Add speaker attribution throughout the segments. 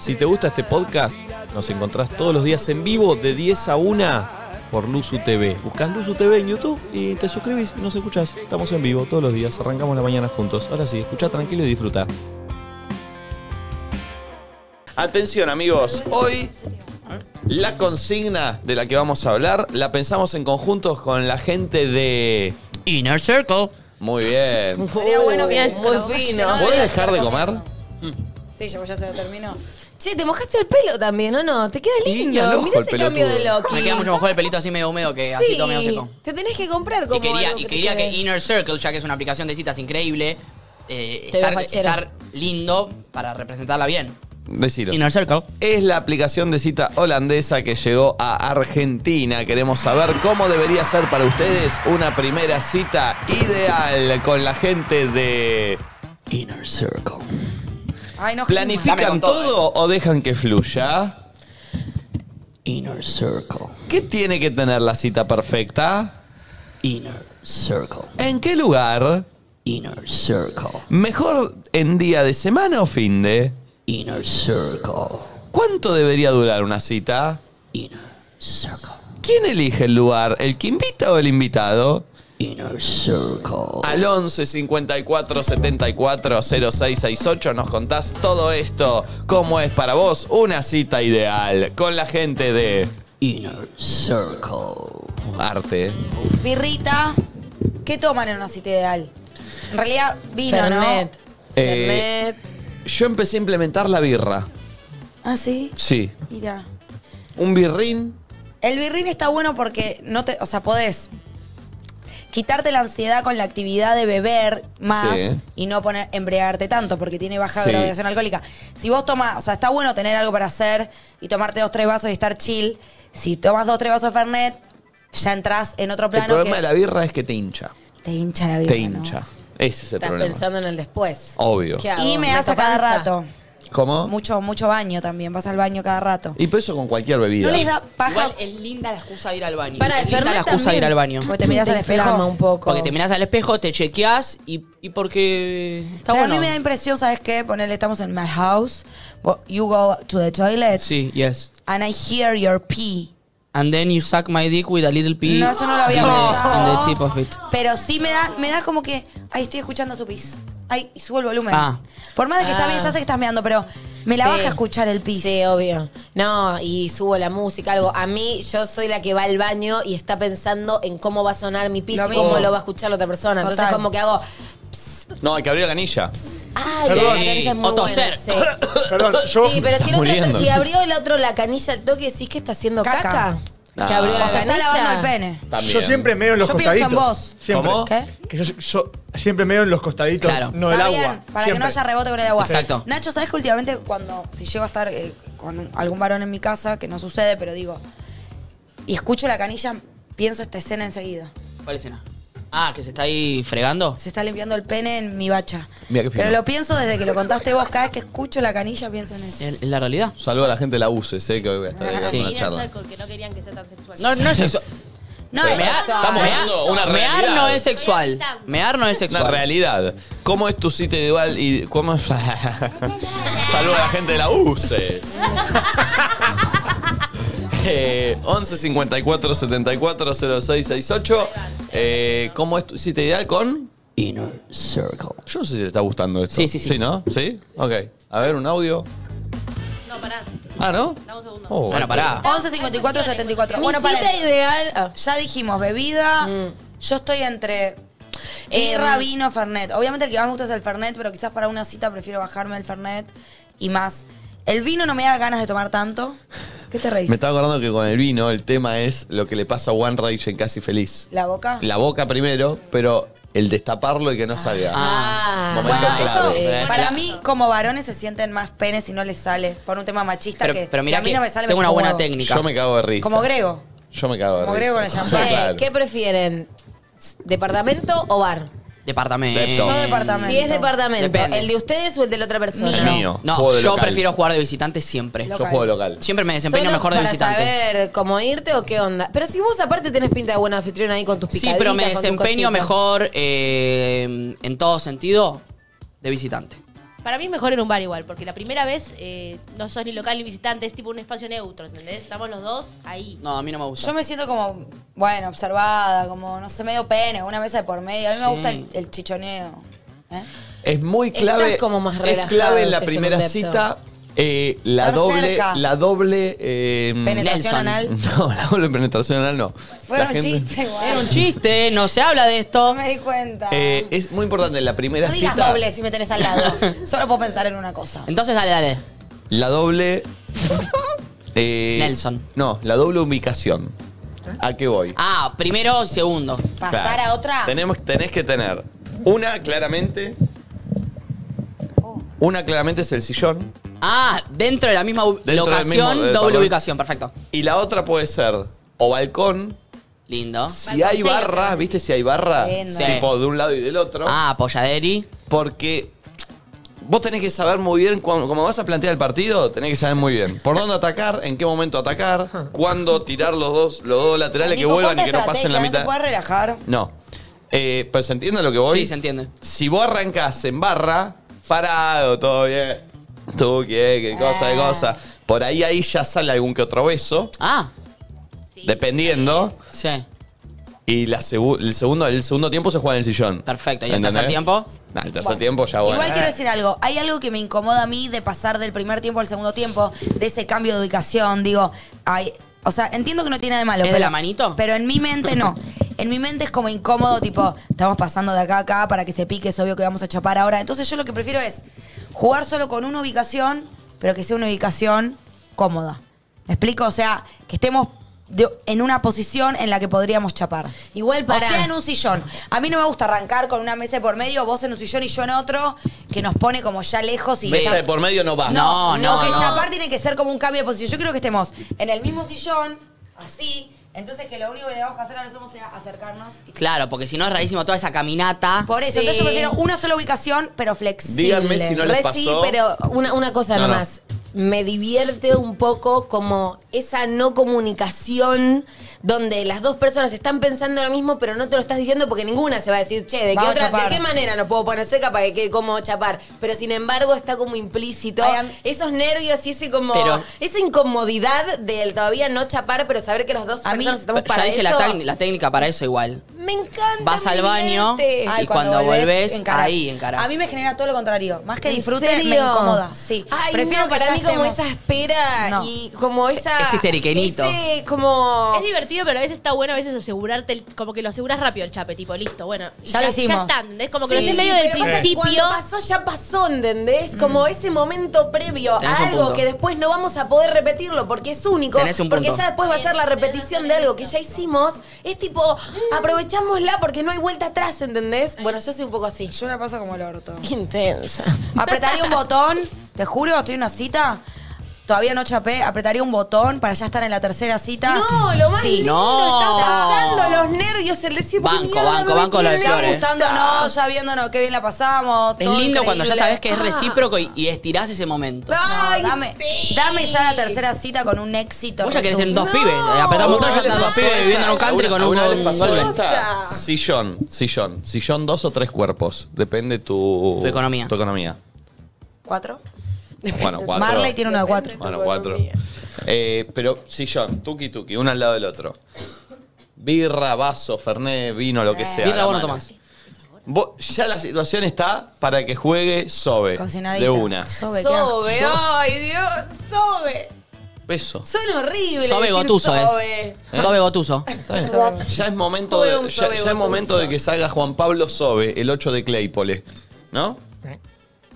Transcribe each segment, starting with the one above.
Speaker 1: Si te gusta este podcast, nos encontrás todos los días en vivo de 10 a 1 por Luzu TV. Buscás Luzu TV en YouTube y te suscribís y nos escuchás. Estamos en vivo todos los días, arrancamos la mañana juntos. Ahora sí, escuchá tranquilo y disfruta. Atención amigos, hoy la consigna de la que vamos a hablar la pensamos en conjuntos con la gente de...
Speaker 2: Inner Circle.
Speaker 1: Muy bien.
Speaker 3: Sería bueno que
Speaker 4: muy fino.
Speaker 1: ¿Podés dejar de comer?
Speaker 3: Sí, ya, ya se lo terminó.
Speaker 4: Che, te mojaste el pelo también, ¿o no? Te queda
Speaker 1: Sí,
Speaker 4: lindo.
Speaker 1: al ojo
Speaker 4: Mirá
Speaker 1: el
Speaker 4: ese cambio de
Speaker 1: pelotudo.
Speaker 4: Loki.
Speaker 2: Me queda mucho mejor el pelito así medio húmedo que así todo medio
Speaker 4: Sí,
Speaker 2: seco.
Speaker 4: te tenés que comprar como
Speaker 2: Y quería,
Speaker 4: algo
Speaker 2: y
Speaker 4: que te
Speaker 2: quería que
Speaker 4: quede.
Speaker 2: Inner Circle, ya que es una aplicación de citas increíble, eh,
Speaker 4: Te veo
Speaker 2: estar,
Speaker 4: fachero.
Speaker 2: estar lindo para representarla bien.
Speaker 1: Decilo.
Speaker 2: Inner Circle.
Speaker 1: Es la aplicación de cita holandesa que llegó a Argentina. Queremos saber cómo debería ser para ustedes una primera cita ideal con la gente de...
Speaker 2: Inner Circle.
Speaker 3: Ay, no,
Speaker 2: Dame
Speaker 1: ¿Planifican
Speaker 2: con todo,
Speaker 1: todo o dejan que fluya?
Speaker 2: Inner Circle.
Speaker 1: ¿Qué tiene que tener la cita perfecta?
Speaker 2: Inner Circle.
Speaker 1: ¿En qué lugar?
Speaker 2: Inner Circle.
Speaker 1: ¿Mejor en día de semana o fin de?
Speaker 2: Inner Circle.
Speaker 1: ¿Cuánto debería durar una cita?
Speaker 2: Inner Circle.
Speaker 1: ¿Quién elige el lugar? ¿El que invita o el invitado?
Speaker 2: Inner Circle.
Speaker 1: Al 11 54 74 06 68 nos contás todo esto. ¿Cómo es para vos una cita ideal con la gente de
Speaker 2: Inner Circle.
Speaker 1: arte?
Speaker 3: Birrita, ¿qué toman en una cita ideal? En realidad, vino,
Speaker 4: Fernet.
Speaker 1: Eh, Yo empecé a implementar la birra.
Speaker 3: ¿no? Ah, sí.
Speaker 1: Sí.
Speaker 3: Mira.
Speaker 1: Un birrín.
Speaker 3: El birrín está bueno porque no te. O sea, podés quitarte la ansiedad con la actividad de beber más
Speaker 1: Sí.
Speaker 3: y no poner embriagarte tanto porque tiene baja
Speaker 1: Sí.
Speaker 3: graduación alcohólica. Si vos tomás, o sea, está bueno tener algo para hacer y tomarte dos, tres vasos y estar chill. Si tomas dos, tres vasos de Fernet, ya entras en otro
Speaker 1: el
Speaker 3: plano
Speaker 1: problema
Speaker 3: que
Speaker 1: de la birra es que te hincha.
Speaker 3: te hincha la vida.
Speaker 1: Te hincha. Ese es el
Speaker 4: Estás
Speaker 1: problema. Oh.
Speaker 4: pensando en el después.
Speaker 1: Obvio.
Speaker 4: ¿Qué hago?
Speaker 3: Y me hace a cada
Speaker 4: compensa?
Speaker 3: rato.
Speaker 1: ¿Cómo?
Speaker 3: Mucho, mucho baño también, vas al baño cada rato.
Speaker 1: Y por eso con cualquier bebida.
Speaker 3: ¿No les da paja?
Speaker 2: Igual eh, es linda la excusa de ir al baño.
Speaker 4: Para,
Speaker 2: es
Speaker 4: el
Speaker 2: linda
Speaker 4: Fernet
Speaker 2: la excusa de ir
Speaker 4: también.
Speaker 2: al baño.
Speaker 3: Porque te mirás al espejo.
Speaker 4: enferma un poco.
Speaker 2: Porque te mirás al espejo, te chequeás y, y porque está
Speaker 3: Pero
Speaker 2: bueno.
Speaker 3: a mí me da impresión, ¿sabes qué? Ponerle, estamos en my house, bo- you go to the toilet,
Speaker 2: Sí, yes.
Speaker 3: and I hear your pee.
Speaker 2: And then you suck my dick with a little pee.
Speaker 3: No, eso no lo había
Speaker 2: And the-
Speaker 3: pensado.
Speaker 2: and the tip of it.
Speaker 3: Pero sí me da, me da como que, ay, estoy escuchando su pis. Ay, y subo el volumen.
Speaker 2: Ah.
Speaker 3: Por más de que está
Speaker 4: Ah.
Speaker 3: bien, ya sé que estás meando, pero me la
Speaker 4: Sí.
Speaker 3: baja escuchar el pis.
Speaker 4: Sí, obvio. No, y subo la música, algo. A mí, yo soy la que va al baño y está pensando en cómo va a sonar mi piso
Speaker 3: Lo
Speaker 4: y
Speaker 3: mismo.
Speaker 4: cómo lo va a escuchar la otra persona. Entonces,
Speaker 3: Total.
Speaker 4: como que hago.
Speaker 1: No, hay que abrir la canilla.
Speaker 4: Ay,
Speaker 2: Sí.
Speaker 4: la canilla es muy
Speaker 2: O
Speaker 4: buena,
Speaker 2: toser.
Speaker 4: sí.
Speaker 5: Perdón, yo.
Speaker 4: Sí, pero si, el otro
Speaker 1: muriendo.
Speaker 4: está- si abrió el otro la canilla al toque, decís que está haciendo
Speaker 3: Caca.
Speaker 4: caca. Que
Speaker 1: Ah.
Speaker 4: abrió
Speaker 3: O
Speaker 4: la
Speaker 3: sea,
Speaker 4: canilla.
Speaker 3: está lavando el pene.
Speaker 1: También.
Speaker 5: Yo siempre meo en los
Speaker 3: Yo pienso
Speaker 5: costaditos.
Speaker 3: en vos.
Speaker 5: Siempre.
Speaker 1: ¿Cómo?
Speaker 3: ¿Qué?
Speaker 5: Que yo, yo siempre meo en los costaditos,
Speaker 2: Claro.
Speaker 5: no el
Speaker 3: Está
Speaker 5: agua.
Speaker 3: bien, para que
Speaker 5: siempre.
Speaker 3: no haya rebote con el agua.
Speaker 2: Exacto.
Speaker 3: Nacho, ¿sabes que últimamente cuando, si llego a estar eh, con un- algún varón en mi casa, que no sucede, pero digo, y escucho la canilla, pienso esta escena enseguida.
Speaker 2: ¿Cuál escena? Ah, que se está ahí fregando.
Speaker 3: Se está limpiando el pene en mi bacha.
Speaker 1: Mira qué fino.
Speaker 3: pero lo pienso desde que lo contaste vos, cada vez que escucho la canilla pienso en eso.
Speaker 2: ¿Es la realidad?
Speaker 1: Salvo a la gente de la uses, eh, que hoy voy a estar ahí
Speaker 2: Sí.
Speaker 1: dando una
Speaker 6: Inner
Speaker 1: charla.
Speaker 6: Circle, que no querían que sea tan sexual.
Speaker 2: No, no es sexual.
Speaker 3: No, es Ah,
Speaker 2: Mear-
Speaker 3: sexual.
Speaker 1: Estamos
Speaker 2: mear-
Speaker 1: viendo una
Speaker 2: Mear
Speaker 1: realidad.
Speaker 2: no es sexual.
Speaker 6: Estoy avisando.
Speaker 2: Mear no es
Speaker 1: Una
Speaker 2: sexual.
Speaker 1: realidad. ¿Cómo es tu cita ideal y cómo es? Salvo a la gente de la uses. Eh, 11 54 74 06 68. Eh, ¿Cómo es tu cita ideal con?
Speaker 2: Inner Circle.
Speaker 1: Yo no sé si le está gustando esto.
Speaker 2: Sí, sí, sí.
Speaker 1: ¿Sí, no? ¿Sí? Ok. A ver, un audio.
Speaker 6: No, pará.
Speaker 1: Ah, ¿no?
Speaker 6: Dame un segundo.
Speaker 1: Oh,
Speaker 2: Bueno, pará.
Speaker 3: 11, 54, 74.
Speaker 4: Mi
Speaker 3: Bueno,
Speaker 4: cita
Speaker 3: para.
Speaker 4: ideal. ah,
Speaker 3: Ya dijimos, bebida.
Speaker 2: Mm.
Speaker 3: Yo estoy entre birra,
Speaker 2: Eh,
Speaker 4: Em,
Speaker 3: vino, fernet. Obviamente el que más me gusta es el fernet, pero quizás para una cita prefiero bajarme el fernet y más. El vino no me da ganas de tomar tanto. ¿Qué te reís?
Speaker 1: Me estaba acordando que con el vino el tema es lo que le pasa a One Rage en Casi Feliz.
Speaker 3: ¿La boca?
Speaker 1: La boca primero, pero el destaparlo y que no salga.
Speaker 2: Ah.
Speaker 1: Momento
Speaker 3: Bueno, eso,
Speaker 1: clave.
Speaker 4: eh,
Speaker 2: Sí.
Speaker 3: para mí, como varones se sienten más penes y no les sale. Por un tema machista
Speaker 2: Pero,
Speaker 3: que
Speaker 2: pero
Speaker 3: si
Speaker 2: mira
Speaker 3: a mí
Speaker 2: que
Speaker 3: no me sale me
Speaker 2: tengo una
Speaker 3: chupa un
Speaker 2: buena
Speaker 3: huevo.
Speaker 2: técnica.
Speaker 1: Yo me cago de risa.
Speaker 3: Como Grego.
Speaker 1: Yo me cago de
Speaker 3: Como
Speaker 1: risa.
Speaker 3: Grego con la champagne.
Speaker 1: Claro.
Speaker 4: eh, ¿Qué prefieren? ¿Departamento o bar?
Speaker 2: Departamento.
Speaker 1: Depto.
Speaker 3: Yo departamento.
Speaker 4: Si es departamento,
Speaker 2: Depende.
Speaker 4: ¿el de ustedes o el de la otra persona?
Speaker 1: El
Speaker 4: No.
Speaker 1: mío. Juego
Speaker 2: No,
Speaker 1: de
Speaker 2: yo
Speaker 1: local.
Speaker 2: prefiero jugar de visitante siempre.
Speaker 1: Yo juego local.
Speaker 2: Siempre me desempeño
Speaker 4: Solo
Speaker 2: mejor de
Speaker 4: para
Speaker 2: visitante.
Speaker 4: saber cómo irte o qué onda. Pero si vos aparte tenés pinta de buena anfitriona ahí con tus
Speaker 2: Sí,
Speaker 4: picaditas.
Speaker 2: pero me
Speaker 4: con tus
Speaker 2: desempeño
Speaker 4: cositas.
Speaker 2: mejor eh, en todo sentido de visitante.
Speaker 7: Para mí es mejor en un bar igual, porque la primera vez eh, no sos ni local ni visitante, es tipo un espacio neutro, ¿entendés? Estamos los dos ahí.
Speaker 2: No, a mí no me gusta.
Speaker 3: Yo me siento como, bueno, observada, como, no sé, medio pena, una mesa de por medio. A mí me gusta el, el chichoneo. ¿eh?
Speaker 1: Es muy clave.
Speaker 4: Estás como más
Speaker 1: Es
Speaker 4: relajado,
Speaker 1: clave en la
Speaker 4: ese
Speaker 1: primera
Speaker 4: concepto.
Speaker 1: cita. eh, la,
Speaker 3: Estar
Speaker 1: doble,
Speaker 3: cerca.
Speaker 1: la doble. eh,
Speaker 3: Penetración
Speaker 2: Mm. Nelson.
Speaker 3: anal.
Speaker 1: No, la doble penetración anal no.
Speaker 3: Fue
Speaker 1: La
Speaker 3: un
Speaker 1: gente-
Speaker 3: chiste igual.
Speaker 2: Era un chiste, no se habla de
Speaker 3: No
Speaker 2: esto.
Speaker 3: me di cuenta.
Speaker 1: Eh, es muy importante en la primera
Speaker 3: no digas
Speaker 1: cita.
Speaker 3: doble si me tenés al lado. Solo puedo pensar en una cosa.
Speaker 2: Entonces, dale, dale.
Speaker 1: La doble. eh,
Speaker 2: Nelson.
Speaker 1: No, la doble ubicación. ¿A qué voy?
Speaker 2: Ah, primero, segundo.
Speaker 3: Pasar
Speaker 1: Claro.
Speaker 3: a otra.
Speaker 1: Tenemos, tenés que tener. Una, claramente.
Speaker 3: Oh.
Speaker 1: Una, claramente, es el sillón.
Speaker 2: Ah, dentro de la misma u-
Speaker 1: del
Speaker 2: locación,
Speaker 1: mismo, eh,
Speaker 2: doble
Speaker 1: perdón.
Speaker 2: ubicación, perfecto.
Speaker 1: Y la otra puede ser o balcón.
Speaker 2: Lindo.
Speaker 1: Si hay barra, ¿viste? Si hay barra,
Speaker 3: Lindo.
Speaker 2: Sí.
Speaker 1: tipo de un lado y del otro.
Speaker 2: Ah, Polladeri.
Speaker 1: Porque vos tenés que saber muy bien, cuando, como vas a plantear el partido, tenés que saber muy bien por dónde atacar, en qué momento atacar, cuándo tirar los dos, los dos laterales que
Speaker 3: Nico,
Speaker 1: vuelvan y
Speaker 3: ¿cuánta
Speaker 1: que no pasen la
Speaker 3: estrategia?
Speaker 1: mitad.
Speaker 3: ¿No te puedes relajar?
Speaker 1: No. Eh, pero se entiende lo que voy.
Speaker 2: Sí, se entiende.
Speaker 1: Si vos arrancás en barra, parado, todo bien. Tú, qué, qué cosa, qué
Speaker 3: Ah.
Speaker 1: cosa. Por ahí ahí ya sale algún que otro beso,
Speaker 2: Ah,
Speaker 7: Sí.
Speaker 1: dependiendo.
Speaker 2: sí.
Speaker 1: Ah. Y la segu- el, segundo, el segundo tiempo se juega en el sillón.
Speaker 2: Perfecto, ¿y el
Speaker 1: ¿Entendés?
Speaker 2: tercer tiempo?
Speaker 1: Nah, el tercer
Speaker 3: Bueno,
Speaker 1: tiempo ya bueno.
Speaker 3: Igual quiero decir algo. Hay algo que me incomoda a mí de pasar del primer tiempo al segundo tiempo, de ese cambio de ubicación. Digo, ay, o sea, entiendo que no tiene nada de malo.
Speaker 2: ¿Es de
Speaker 3: pero,
Speaker 2: la manito?
Speaker 3: Pero en mi mente no. En mi mente es como incómodo, tipo, estamos pasando de acá a acá para que se pique, es obvio que vamos a chapar ahora. Entonces yo lo que prefiero es jugar solo con una ubicación, pero que sea una ubicación cómoda. ¿Me explico? O sea, que estemos de- en una posición en la que podríamos chapar.
Speaker 4: Igual para.
Speaker 3: O sea, en un sillón. A mí no me gusta arrancar con una mesa de por medio, vos en un sillón y yo en otro, que nos pone como ya lejos y...
Speaker 1: Mesa
Speaker 3: ya-
Speaker 1: de por medio no va.
Speaker 2: No, no,
Speaker 3: no, que
Speaker 2: no.
Speaker 3: chapar tiene que ser como un cambio de posición. Yo creo que estemos en el mismo sillón, así, entonces que lo único que debemos hacer ahora somos sea acercarnos. y-
Speaker 2: Claro, porque si no es rarísimo toda esa caminata.
Speaker 3: Por eso,
Speaker 4: Sí.
Speaker 3: entonces yo prefiero una sola ubicación, pero flexible.
Speaker 1: Díganme si no- les
Speaker 4: Re sí,
Speaker 1: pasó?
Speaker 4: pero una, una cosa
Speaker 1: No, no.
Speaker 4: nomás. Me divierte un poco como esa no comunicación donde las dos personas están pensando lo mismo, pero no te lo estás diciendo porque ninguna se va a decir, che, ¿de, qué,
Speaker 3: Vamos a
Speaker 4: otra-
Speaker 3: chapar.
Speaker 4: ¿de qué manera nos puedo poner seca para que quede como chapar? Pero sin embargo está como implícito
Speaker 3: Ay, a mí-
Speaker 4: esos nervios y ese como
Speaker 2: Pero-
Speaker 4: esa incomodidad del todavía no chapar, pero saber que las dos
Speaker 3: A mí-
Speaker 4: personas estamos
Speaker 2: ya
Speaker 4: para
Speaker 2: dije
Speaker 4: eso.
Speaker 2: la, tec- la técnica para eso igual.
Speaker 4: Me encanta.
Speaker 2: Vas
Speaker 4: me
Speaker 2: al baño
Speaker 4: divierte.
Speaker 2: y cuando volvés,
Speaker 3: encarás.
Speaker 2: ahí encarás.
Speaker 3: A mí me genera todo lo contrario. Más que
Speaker 4: ¿En
Speaker 3: disfrute, me
Speaker 4: serio?
Speaker 3: incomoda. Sí.
Speaker 4: Ay,
Speaker 3: Prefiero
Speaker 4: no, para
Speaker 3: ya
Speaker 4: mí como
Speaker 3: estemos.
Speaker 4: esa espera
Speaker 3: No.
Speaker 4: y como esa...
Speaker 2: Ese histeriquenito.
Speaker 4: Ese como...
Speaker 7: Es divertido, pero a veces está bueno a veces asegurarte, el- como que lo aseguras rápido el chape, tipo, listo, bueno. y
Speaker 3: Ya lo hicimos.
Speaker 7: Ya está, ¿entendés? Como que
Speaker 4: Sí,
Speaker 7: lo haces medio del
Speaker 4: pero pasa que
Speaker 7: principio.
Speaker 4: Cuando pasó, ya pasó, ¿entendés?
Speaker 3: Mm.
Speaker 4: Como ese momento previo
Speaker 2: Tenés
Speaker 4: a
Speaker 2: un
Speaker 4: algo
Speaker 2: punto.
Speaker 4: que después no vamos a poder repetirlo porque es único.
Speaker 2: Tenés un
Speaker 4: porque
Speaker 2: punto.
Speaker 4: ya después va a ser la repetición de algo que ya hicimos. Es tipo, aprovechámosla porque no hay vuelta atrás, ¿entendés? Bueno, yo soy un poco así.
Speaker 3: Yo la paso como el orto.
Speaker 4: Qué intensa.
Speaker 3: Apretaría un botón, te juro, estoy en una cita. Todavía no chapé, apretaría un botón para ya estar en la tercera cita.
Speaker 4: No, lo más
Speaker 3: Sí.
Speaker 4: lindo
Speaker 2: No.
Speaker 4: está pasando los nervios, el decir ¿por qué
Speaker 2: Banco,
Speaker 4: mierda
Speaker 2: banco,
Speaker 4: no me
Speaker 2: banco lo de
Speaker 4: quiere
Speaker 3: Ya
Speaker 2: Flores.
Speaker 4: dar?
Speaker 3: gustándonos, ya viéndonos qué bien la pasamos.
Speaker 2: Es
Speaker 3: todo
Speaker 2: lindo cuando ya
Speaker 3: increíble.
Speaker 2: sabes que es
Speaker 3: Ah,
Speaker 2: recíproco y, y estirás ese momento.
Speaker 3: no,
Speaker 4: Ay,
Speaker 3: dame,
Speaker 4: sí.
Speaker 3: dame ya la tercera cita con un éxito.
Speaker 2: Vos ya querés tener
Speaker 3: rotundo.
Speaker 2: dos pibes. eh, Apretás un botón, ya tenés dos pibes viviendo en un country con un,
Speaker 1: Alguna vez
Speaker 2: un
Speaker 1: pasó
Speaker 2: golpe.
Speaker 1: esta. Sillón, sillón. Sillón dos o tres cuerpos. Depende tu...
Speaker 2: Tu economía.
Speaker 1: Tu economía.
Speaker 3: ¿Cuatro?
Speaker 1: Bueno, cuatro.
Speaker 3: Marley tiene uno de cuatro.
Speaker 1: Bueno, cuatro. Eh, pero sillón, tuki tuki, uno al lado del otro. Birra, vaso, fernet, vino, lo que sea.
Speaker 2: Eh. Birra
Speaker 1: la
Speaker 2: vos no
Speaker 1: mano.
Speaker 2: tomás.
Speaker 1: Vos- ya la situación está para que juegue Sobe.
Speaker 3: Cocinadita.
Speaker 1: De una.
Speaker 3: Sobe, ¿qué hago?
Speaker 4: Sobe, ay Dios, sobe.
Speaker 1: Beso.
Speaker 4: Son horribles.
Speaker 2: Sobe
Speaker 4: decir
Speaker 2: Gotuso ¿eh?
Speaker 4: sobe.
Speaker 2: es. Sobe Gotuso.
Speaker 1: Ya es momento,
Speaker 4: Sobe
Speaker 1: de,
Speaker 4: un
Speaker 1: ya-
Speaker 4: Sobe
Speaker 1: ya es momento de
Speaker 4: gotuso.
Speaker 1: que salga Juan Pablo Sobe, el 8 de Claypole. ¿No?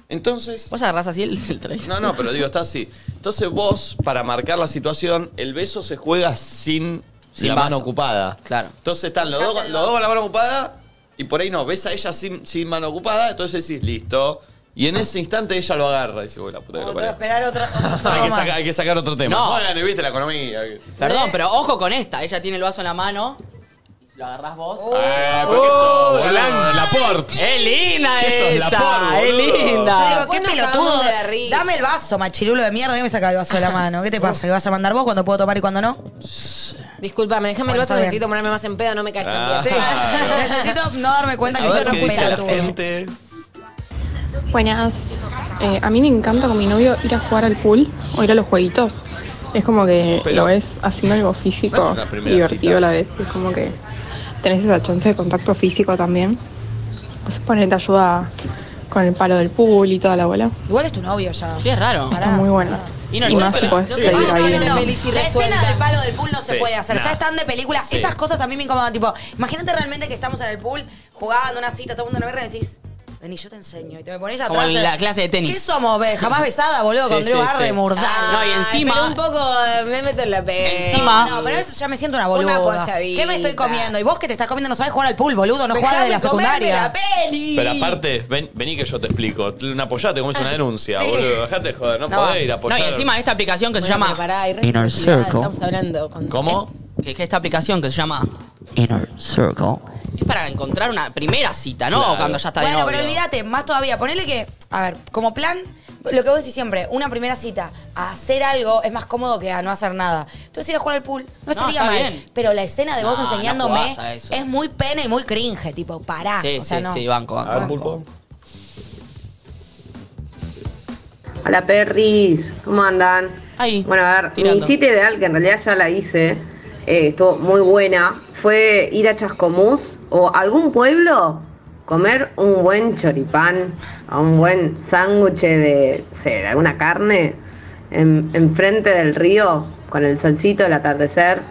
Speaker 1: Entonces.
Speaker 2: Vos agarrás así el, el traguito.
Speaker 1: No, no, pero digo, está así. Entonces vos, para marcar la situación, el beso se juega sin,
Speaker 2: Sin
Speaker 1: la
Speaker 2: vaso.
Speaker 1: mano ocupada.
Speaker 2: Claro.
Speaker 1: Entonces están los dos, con- los dos con la mano ocupada y por ahí no, ves a ella sin, sin mano ocupada, entonces decís, listo. Y en ese instante ella lo agarra y dice, "Uy, la puta que lo
Speaker 4: Oh,
Speaker 3: Tengo que
Speaker 1: parió".
Speaker 3: esperar otra, otra
Speaker 1: Hay
Speaker 3: forma.
Speaker 1: que, saca- hay que sacar otro tema.
Speaker 2: No.
Speaker 1: Bueno, viste la economía.
Speaker 2: Perdón, pero ojo con esta. Ella tiene el vaso en la mano. Lo agarrás vos.
Speaker 3: Oh.
Speaker 1: Eh, pero ¿qué sos, boludo? Laporte.
Speaker 2: Oh, ¡Es linda
Speaker 1: ¿Qué sos,
Speaker 2: esa!
Speaker 1: Laporte,
Speaker 2: ¡Es
Speaker 1: boludo?
Speaker 3: Yo
Speaker 2: linda!
Speaker 3: digo, qué
Speaker 4: Ah, Después nos cagamos
Speaker 3: pelotudo.
Speaker 4: de la risa.
Speaker 3: Dame el vaso, machirulo de mierda. ¿Qué me saca el vaso de la mano? ¿Qué te pasa? ¿Que vas a mandar vos cuando puedo tomar y cuando no?
Speaker 4: Disculpame, déjame el
Speaker 3: Bueno,
Speaker 4: vaso,
Speaker 3: está bien.
Speaker 4: necesito ponerme más en pedo, no me caes tan bien.
Speaker 1: Ah.
Speaker 3: Necesito no darme cuenta que
Speaker 1: A
Speaker 3: soy
Speaker 1: ver
Speaker 3: una
Speaker 1: qué dice la
Speaker 3: pelotuda.
Speaker 1: gente.
Speaker 8: Buenas. Eh, a mí me encanta con mi novio ir a jugar al pool o ir a los jueguitos. Es como que
Speaker 1: Pero-
Speaker 8: lo ves haciendo algo
Speaker 1: No
Speaker 8: físico
Speaker 1: es una primera
Speaker 8: divertido
Speaker 1: cita.
Speaker 8: a la vez. Es como que tenés esa chance de contacto físico también. O sea, ponerte ayuda con el palo del pool y toda la bola.
Speaker 3: Igual es tu novio ya.
Speaker 2: Sí, es raro.
Speaker 3: Pará,
Speaker 8: Está muy bueno.
Speaker 3: pará.
Speaker 2: Y
Speaker 8: Y,
Speaker 2: no le
Speaker 8: más si
Speaker 2: gusta.
Speaker 8: podés
Speaker 4: No,
Speaker 8: pedir
Speaker 4: no,
Speaker 8: ahí
Speaker 4: no,
Speaker 8: en
Speaker 4: no.
Speaker 8: el-
Speaker 4: Feliz y
Speaker 3: la
Speaker 4: resuelta.
Speaker 3: escena del palo del pool no se
Speaker 1: Sí,
Speaker 3: puede hacer.
Speaker 1: nah.
Speaker 3: Ya están de película.
Speaker 1: Sí.
Speaker 3: Esas cosas a mí me incomodan. Tipo, imagínate realmente que estamos en el pool jugando una cita, todo el mundo en la verga y decís, vení, yo te enseño. Y te me pones atrás.
Speaker 2: Como en la clase de
Speaker 3: ¿Qué
Speaker 2: tenis.
Speaker 3: somos, be? Jamás besada, boludo,
Speaker 2: Sí,
Speaker 3: con Drew
Speaker 2: sí, sí. Ah,
Speaker 3: Barrymore, dale.
Speaker 2: No, y encima-
Speaker 4: pero un poco eh, me meto en la pe.
Speaker 2: Encima-
Speaker 3: No, pero eso ya me siento una boluda.
Speaker 4: Una polladita.
Speaker 3: ¿Qué me estoy comiendo? Y vos que te estás comiendo no sabés jugar al pool, boludo. No jugás de la
Speaker 4: Dejame comerme
Speaker 3: secundaria.
Speaker 4: la peli.
Speaker 1: Pero aparte, ven- vení que yo te explico. Una apoyate, como es una denuncia,
Speaker 3: Sí.
Speaker 1: boludo. Dejate de joder, no,
Speaker 3: No.
Speaker 1: podés ir a
Speaker 2: Ah, No,
Speaker 1: apoyar.
Speaker 2: y encima esta aplicación que se
Speaker 4: Bueno, pero
Speaker 2: llama.
Speaker 4: pará, hay
Speaker 9: Inner
Speaker 4: reciprocidad,
Speaker 9: circle.
Speaker 4: Estamos hablando con-
Speaker 1: ¿Cómo?
Speaker 2: Que, que esta aplicación que se llama.
Speaker 9: Inner circle.
Speaker 2: Es para encontrar una primera cita, ¿no?
Speaker 1: Claro.
Speaker 2: Cuando ya está
Speaker 3: Bueno,
Speaker 2: de novio.
Speaker 3: pero olvídate, más todavía. Ponele que, a ver, como plan, lo que vos decís siempre, una primera cita, a hacer algo es más cómodo que a no hacer nada. Entonces ir a jugar al pool no estaría
Speaker 2: está
Speaker 3: mal.
Speaker 2: bien.
Speaker 3: Pero la escena de vos
Speaker 2: No, no
Speaker 3: enseñándome
Speaker 2: jugás a eso.
Speaker 3: es muy pena y muy cringe, tipo, pará.
Speaker 2: Sí,
Speaker 3: o sea,
Speaker 2: sí,
Speaker 3: no.
Speaker 2: sí, banco,
Speaker 1: A ver,
Speaker 2: banco.
Speaker 1: pulpo.
Speaker 10: Hola perris, ¿cómo andan?
Speaker 2: Ahí,
Speaker 10: Bueno, a ver,
Speaker 2: tirando.
Speaker 10: mi cita ideal, que en realidad ya la hice, eh, estuvo muy buena, fue ir a Chascomús o algún pueblo, comer un buen choripán, o un buen sándwich de, no sé, de alguna carne, en- enfrente del río, con el solcito, el atardecer,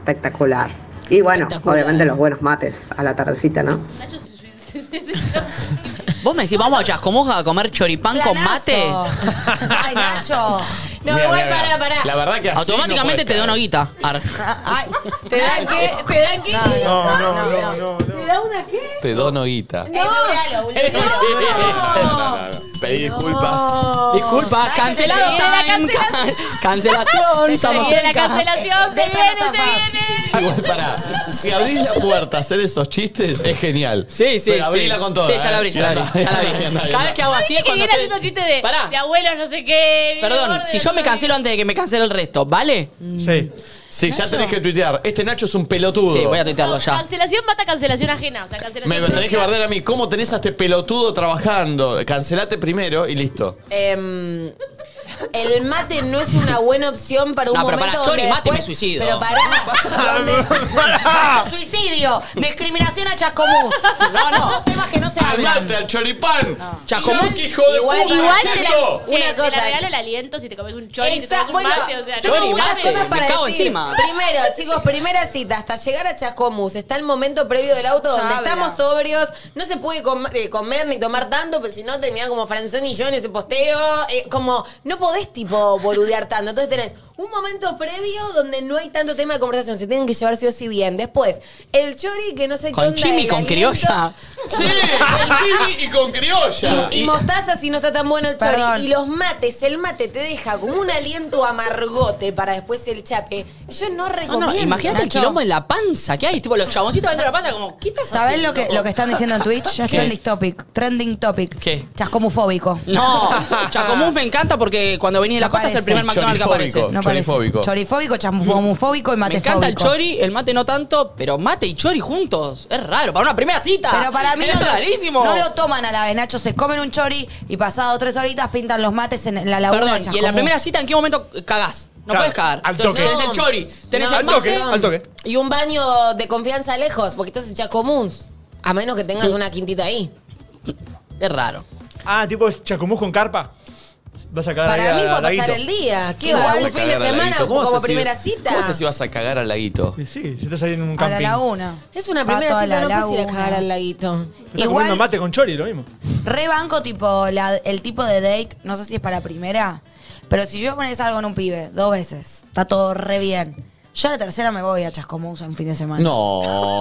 Speaker 10: espectacular. Y bueno,
Speaker 4: Espectacular.
Speaker 10: obviamente los buenos mates a la tardecita, ¿no?
Speaker 7: Nacho se- se- se- se- se-
Speaker 2: Vos me decís, vamos a Chascomuja a comer choripán con
Speaker 3: Planazo.
Speaker 2: mate.
Speaker 3: Ay, Nacho.
Speaker 4: No,
Speaker 1: Mirá,
Speaker 4: igual,
Speaker 1: mirá,
Speaker 4: pará,
Speaker 1: mirá.
Speaker 4: pará.
Speaker 1: La verdad que así
Speaker 2: Automáticamente
Speaker 1: no
Speaker 2: te
Speaker 1: podés
Speaker 2: da una
Speaker 1: caer.
Speaker 2: guita. Ar.
Speaker 3: Ah, Ay,
Speaker 4: ¿Te da qué? ¿Te da qué?
Speaker 5: No, no, no, no. no.
Speaker 4: ¿Te da una qué?
Speaker 1: Te dono guita.
Speaker 3: Es Luralo,
Speaker 2: No.
Speaker 1: No, no, no. Pedí disculpas.
Speaker 2: Disculpa,
Speaker 3: ¿Sabes que
Speaker 2: cancelado.
Speaker 3: te
Speaker 2: time. Can- Cancelación. Estamos
Speaker 7: se- la
Speaker 2: cerca.
Speaker 7: cancelación,
Speaker 3: De
Speaker 7: se
Speaker 3: esta
Speaker 7: viene,
Speaker 3: no
Speaker 7: se
Speaker 3: zafás.
Speaker 7: viene.
Speaker 1: Igual para. Si abrís la puerta a hacer esos chistes, es genial.
Speaker 2: Sí, sí,
Speaker 1: Pero
Speaker 2: sí.
Speaker 1: abrila con eh. todo.
Speaker 2: Sí, ya la abrí, ya la abrí. Ya la abrí. Cada vez que hago así es
Speaker 7: Que
Speaker 2: cuando.
Speaker 7: viene haciendo
Speaker 2: estoy-
Speaker 7: chiste de,
Speaker 2: Pará.
Speaker 7: de abuelos, no sé qué.
Speaker 2: Perdón,
Speaker 7: gordo,
Speaker 2: si
Speaker 7: no
Speaker 2: yo
Speaker 7: sé
Speaker 2: me
Speaker 7: qué.
Speaker 2: cancelo antes de que me cancele el resto, ¿vale?
Speaker 5: Sí.
Speaker 1: Sí, ya tenés que tuitear. Este Nacho es un pelotudo.
Speaker 2: Sí, voy a
Speaker 7: No,
Speaker 2: tuitearlo ya.
Speaker 7: Cancelación mata cancelación ajena. O sea, cancelación.
Speaker 1: Me, me tenés que bardear a mí. ¿Cómo tenés a este pelotudo trabajando? Cancelate primero y listo.
Speaker 4: Em, el mate no es una buena opción para un
Speaker 2: No, pero
Speaker 4: momento
Speaker 2: para
Speaker 4: donde
Speaker 2: chori mate
Speaker 4: después-
Speaker 2: me suicido.
Speaker 4: Pero para
Speaker 3: Suicidio, discriminación a Chascomús. No, no. Son temas que no se hablan.
Speaker 1: ¡Calmate al choripán!
Speaker 2: Chascomús.
Speaker 1: ¡Hijo de
Speaker 4: Igual-
Speaker 1: puta!
Speaker 4: igual
Speaker 7: Te la,
Speaker 1: chico!
Speaker 4: Una
Speaker 7: che, te
Speaker 4: cosa.
Speaker 7: la regalo el aliento si te comes un chori, si te
Speaker 4: Exacto.
Speaker 7: comes un
Speaker 4: Bueno,
Speaker 7: mate, o sea,
Speaker 4: tengo
Speaker 2: chori,
Speaker 4: muchas
Speaker 2: mate,
Speaker 4: cosas para
Speaker 2: me cago
Speaker 4: decir.
Speaker 2: encima.
Speaker 4: Primero, chicos, primera cita, hasta llegar a Chascomús, está el momento previo del auto donde
Speaker 3: Chabla.
Speaker 4: estamos sobrios, no se puede com- eh, comer ni tomar tanto, pero si no terminaba como Franzón y yo en ese posteo, eh, como no podés tipo boludear tanto, entonces tenés un momento previo donde no hay tanto tema de conversación, se tienen que llevar sí o sí bien. Después, el chori que no sé qué
Speaker 2: Con
Speaker 4: onda
Speaker 2: chimi,
Speaker 4: el
Speaker 2: con
Speaker 4: aliento.
Speaker 2: criolla.
Speaker 1: ¡Sí! ¡Con chimi y con criolla!
Speaker 4: Y, y mostaza si no está tan bueno el chori.
Speaker 3: Perdón.
Speaker 4: Y los mates, el mate te deja como un aliento amargote para después el chape. Yo Ah, no
Speaker 2: No,
Speaker 4: recomiendo.
Speaker 2: no, imagínate el
Speaker 3: Nacho.
Speaker 2: quilombo en la panza que hay. Tipo, los chaboncitos dentro de la panza, como, ¿qué estás
Speaker 3: ¿Sabés
Speaker 2: haciendo,
Speaker 3: lo que,
Speaker 2: loco?
Speaker 3: lo que están diciendo en Twitch? Ya es
Speaker 2: ¿Qué?
Speaker 3: trending topic. Trending topic.
Speaker 2: ¿Qué?
Speaker 3: Chascomufóbico.
Speaker 2: No, Chacomús me encanta porque cuando venís de la
Speaker 3: No
Speaker 2: costa es
Speaker 3: parece.
Speaker 2: el primer McDonald's que
Speaker 1: Chorifóbico.
Speaker 2: aparece.
Speaker 3: No parece.
Speaker 1: Chorifóbico.
Speaker 3: Chorifóbico, chascomufóbico y
Speaker 2: Me
Speaker 3: matefóbico.
Speaker 2: encanta el chori, el mate no tanto, pero mate y chori juntos. Es raro, para una primera cita.
Speaker 3: Pero para mí
Speaker 2: es
Speaker 3: no, lo-
Speaker 2: rarísimo.
Speaker 3: no lo toman a la vez, Nacho. Se comen un chori y pasado tres horitas pintan los mates en la laguna de
Speaker 2: Perdón, y en la
Speaker 3: Chascomús.
Speaker 2: primera cita, ¿en qué momento cagás? No
Speaker 5: Claro,
Speaker 2: puedes cagar.
Speaker 5: al
Speaker 2: Entonces,
Speaker 5: toque.
Speaker 2: Tenés el chori, tenés
Speaker 4: No,
Speaker 2: el
Speaker 5: Al
Speaker 2: mate.
Speaker 5: toque, al toque.
Speaker 4: Y un baño de confianza lejos, porque estás en Chacomús. A menos que tengas una quintita ahí.
Speaker 2: Es raro.
Speaker 5: Ah, tipo Chacomús con carpa. Vas a caer ahí
Speaker 4: Para
Speaker 5: a
Speaker 4: mí fue pasar
Speaker 5: Laguito.
Speaker 4: el día. ¿Qué
Speaker 1: ¿Cómo
Speaker 4: va?
Speaker 1: vas a
Speaker 4: Un fin de
Speaker 1: cagar al
Speaker 4: semana
Speaker 1: laguito? ¿Cómo vas
Speaker 4: como
Speaker 1: a si-
Speaker 4: primera cita.
Speaker 1: ¿Cómo sé si vas a cagar al laguito?
Speaker 5: Y sí, yo estás ahí en un
Speaker 3: A
Speaker 5: camping.
Speaker 3: la laguna.
Speaker 4: Es una primera
Speaker 3: Pato a
Speaker 4: cita,
Speaker 3: la
Speaker 4: no puedes ir a
Speaker 3: laguna.
Speaker 4: cagar al laguito.
Speaker 5: Estás
Speaker 3: Igual-
Speaker 5: comiendo mate con chori, lo mismo.
Speaker 3: Rebanco tipo la- el tipo de date, no sé si es para primera, pero si yo voy a poner algo en un pibe dos veces, está todo re bien. Yo a la tercera me voy a Chascomús un fin de semana.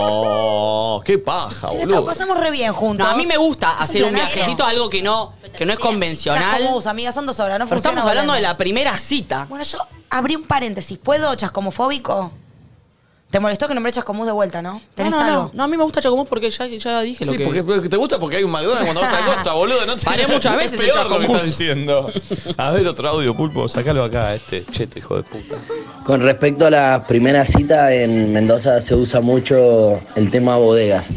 Speaker 1: No, qué paja,
Speaker 3: Si la
Speaker 1: boludo.
Speaker 3: pasamos re bien juntos.
Speaker 2: No, a mí me gusta
Speaker 3: Es
Speaker 2: hacer un
Speaker 3: planazo.
Speaker 2: viajecito, algo que no, que no es convencional.
Speaker 3: Chascomús, amiga, son dos horas, no
Speaker 2: Pero
Speaker 3: funciona,
Speaker 2: estamos hablando de
Speaker 3: Belén.
Speaker 2: la primera cita.
Speaker 3: Bueno, yo abrí un paréntesis. ¿Puedo chascomofóbico? ¿Te molestó que nombré chascomús de vuelta, no?
Speaker 2: No,
Speaker 3: ¿Tenés
Speaker 2: no,
Speaker 3: algo?
Speaker 2: no, no, a mí me gusta Chacomús porque ya, ya dije lo
Speaker 1: Sí,
Speaker 2: que...
Speaker 1: porque, porque te gusta porque hay un McDonald's cuando vas a la costa, boludo. No te
Speaker 2: Paré muchas
Speaker 1: es
Speaker 2: veces en
Speaker 1: peor lo que
Speaker 2: Chacomús.
Speaker 1: estás diciendo. A ver otro audio, pulpo, sacalo acá, este cheto, hijo de puta.
Speaker 11: Con respecto a la primera cita, en Mendoza se usa mucho el tema bodegas.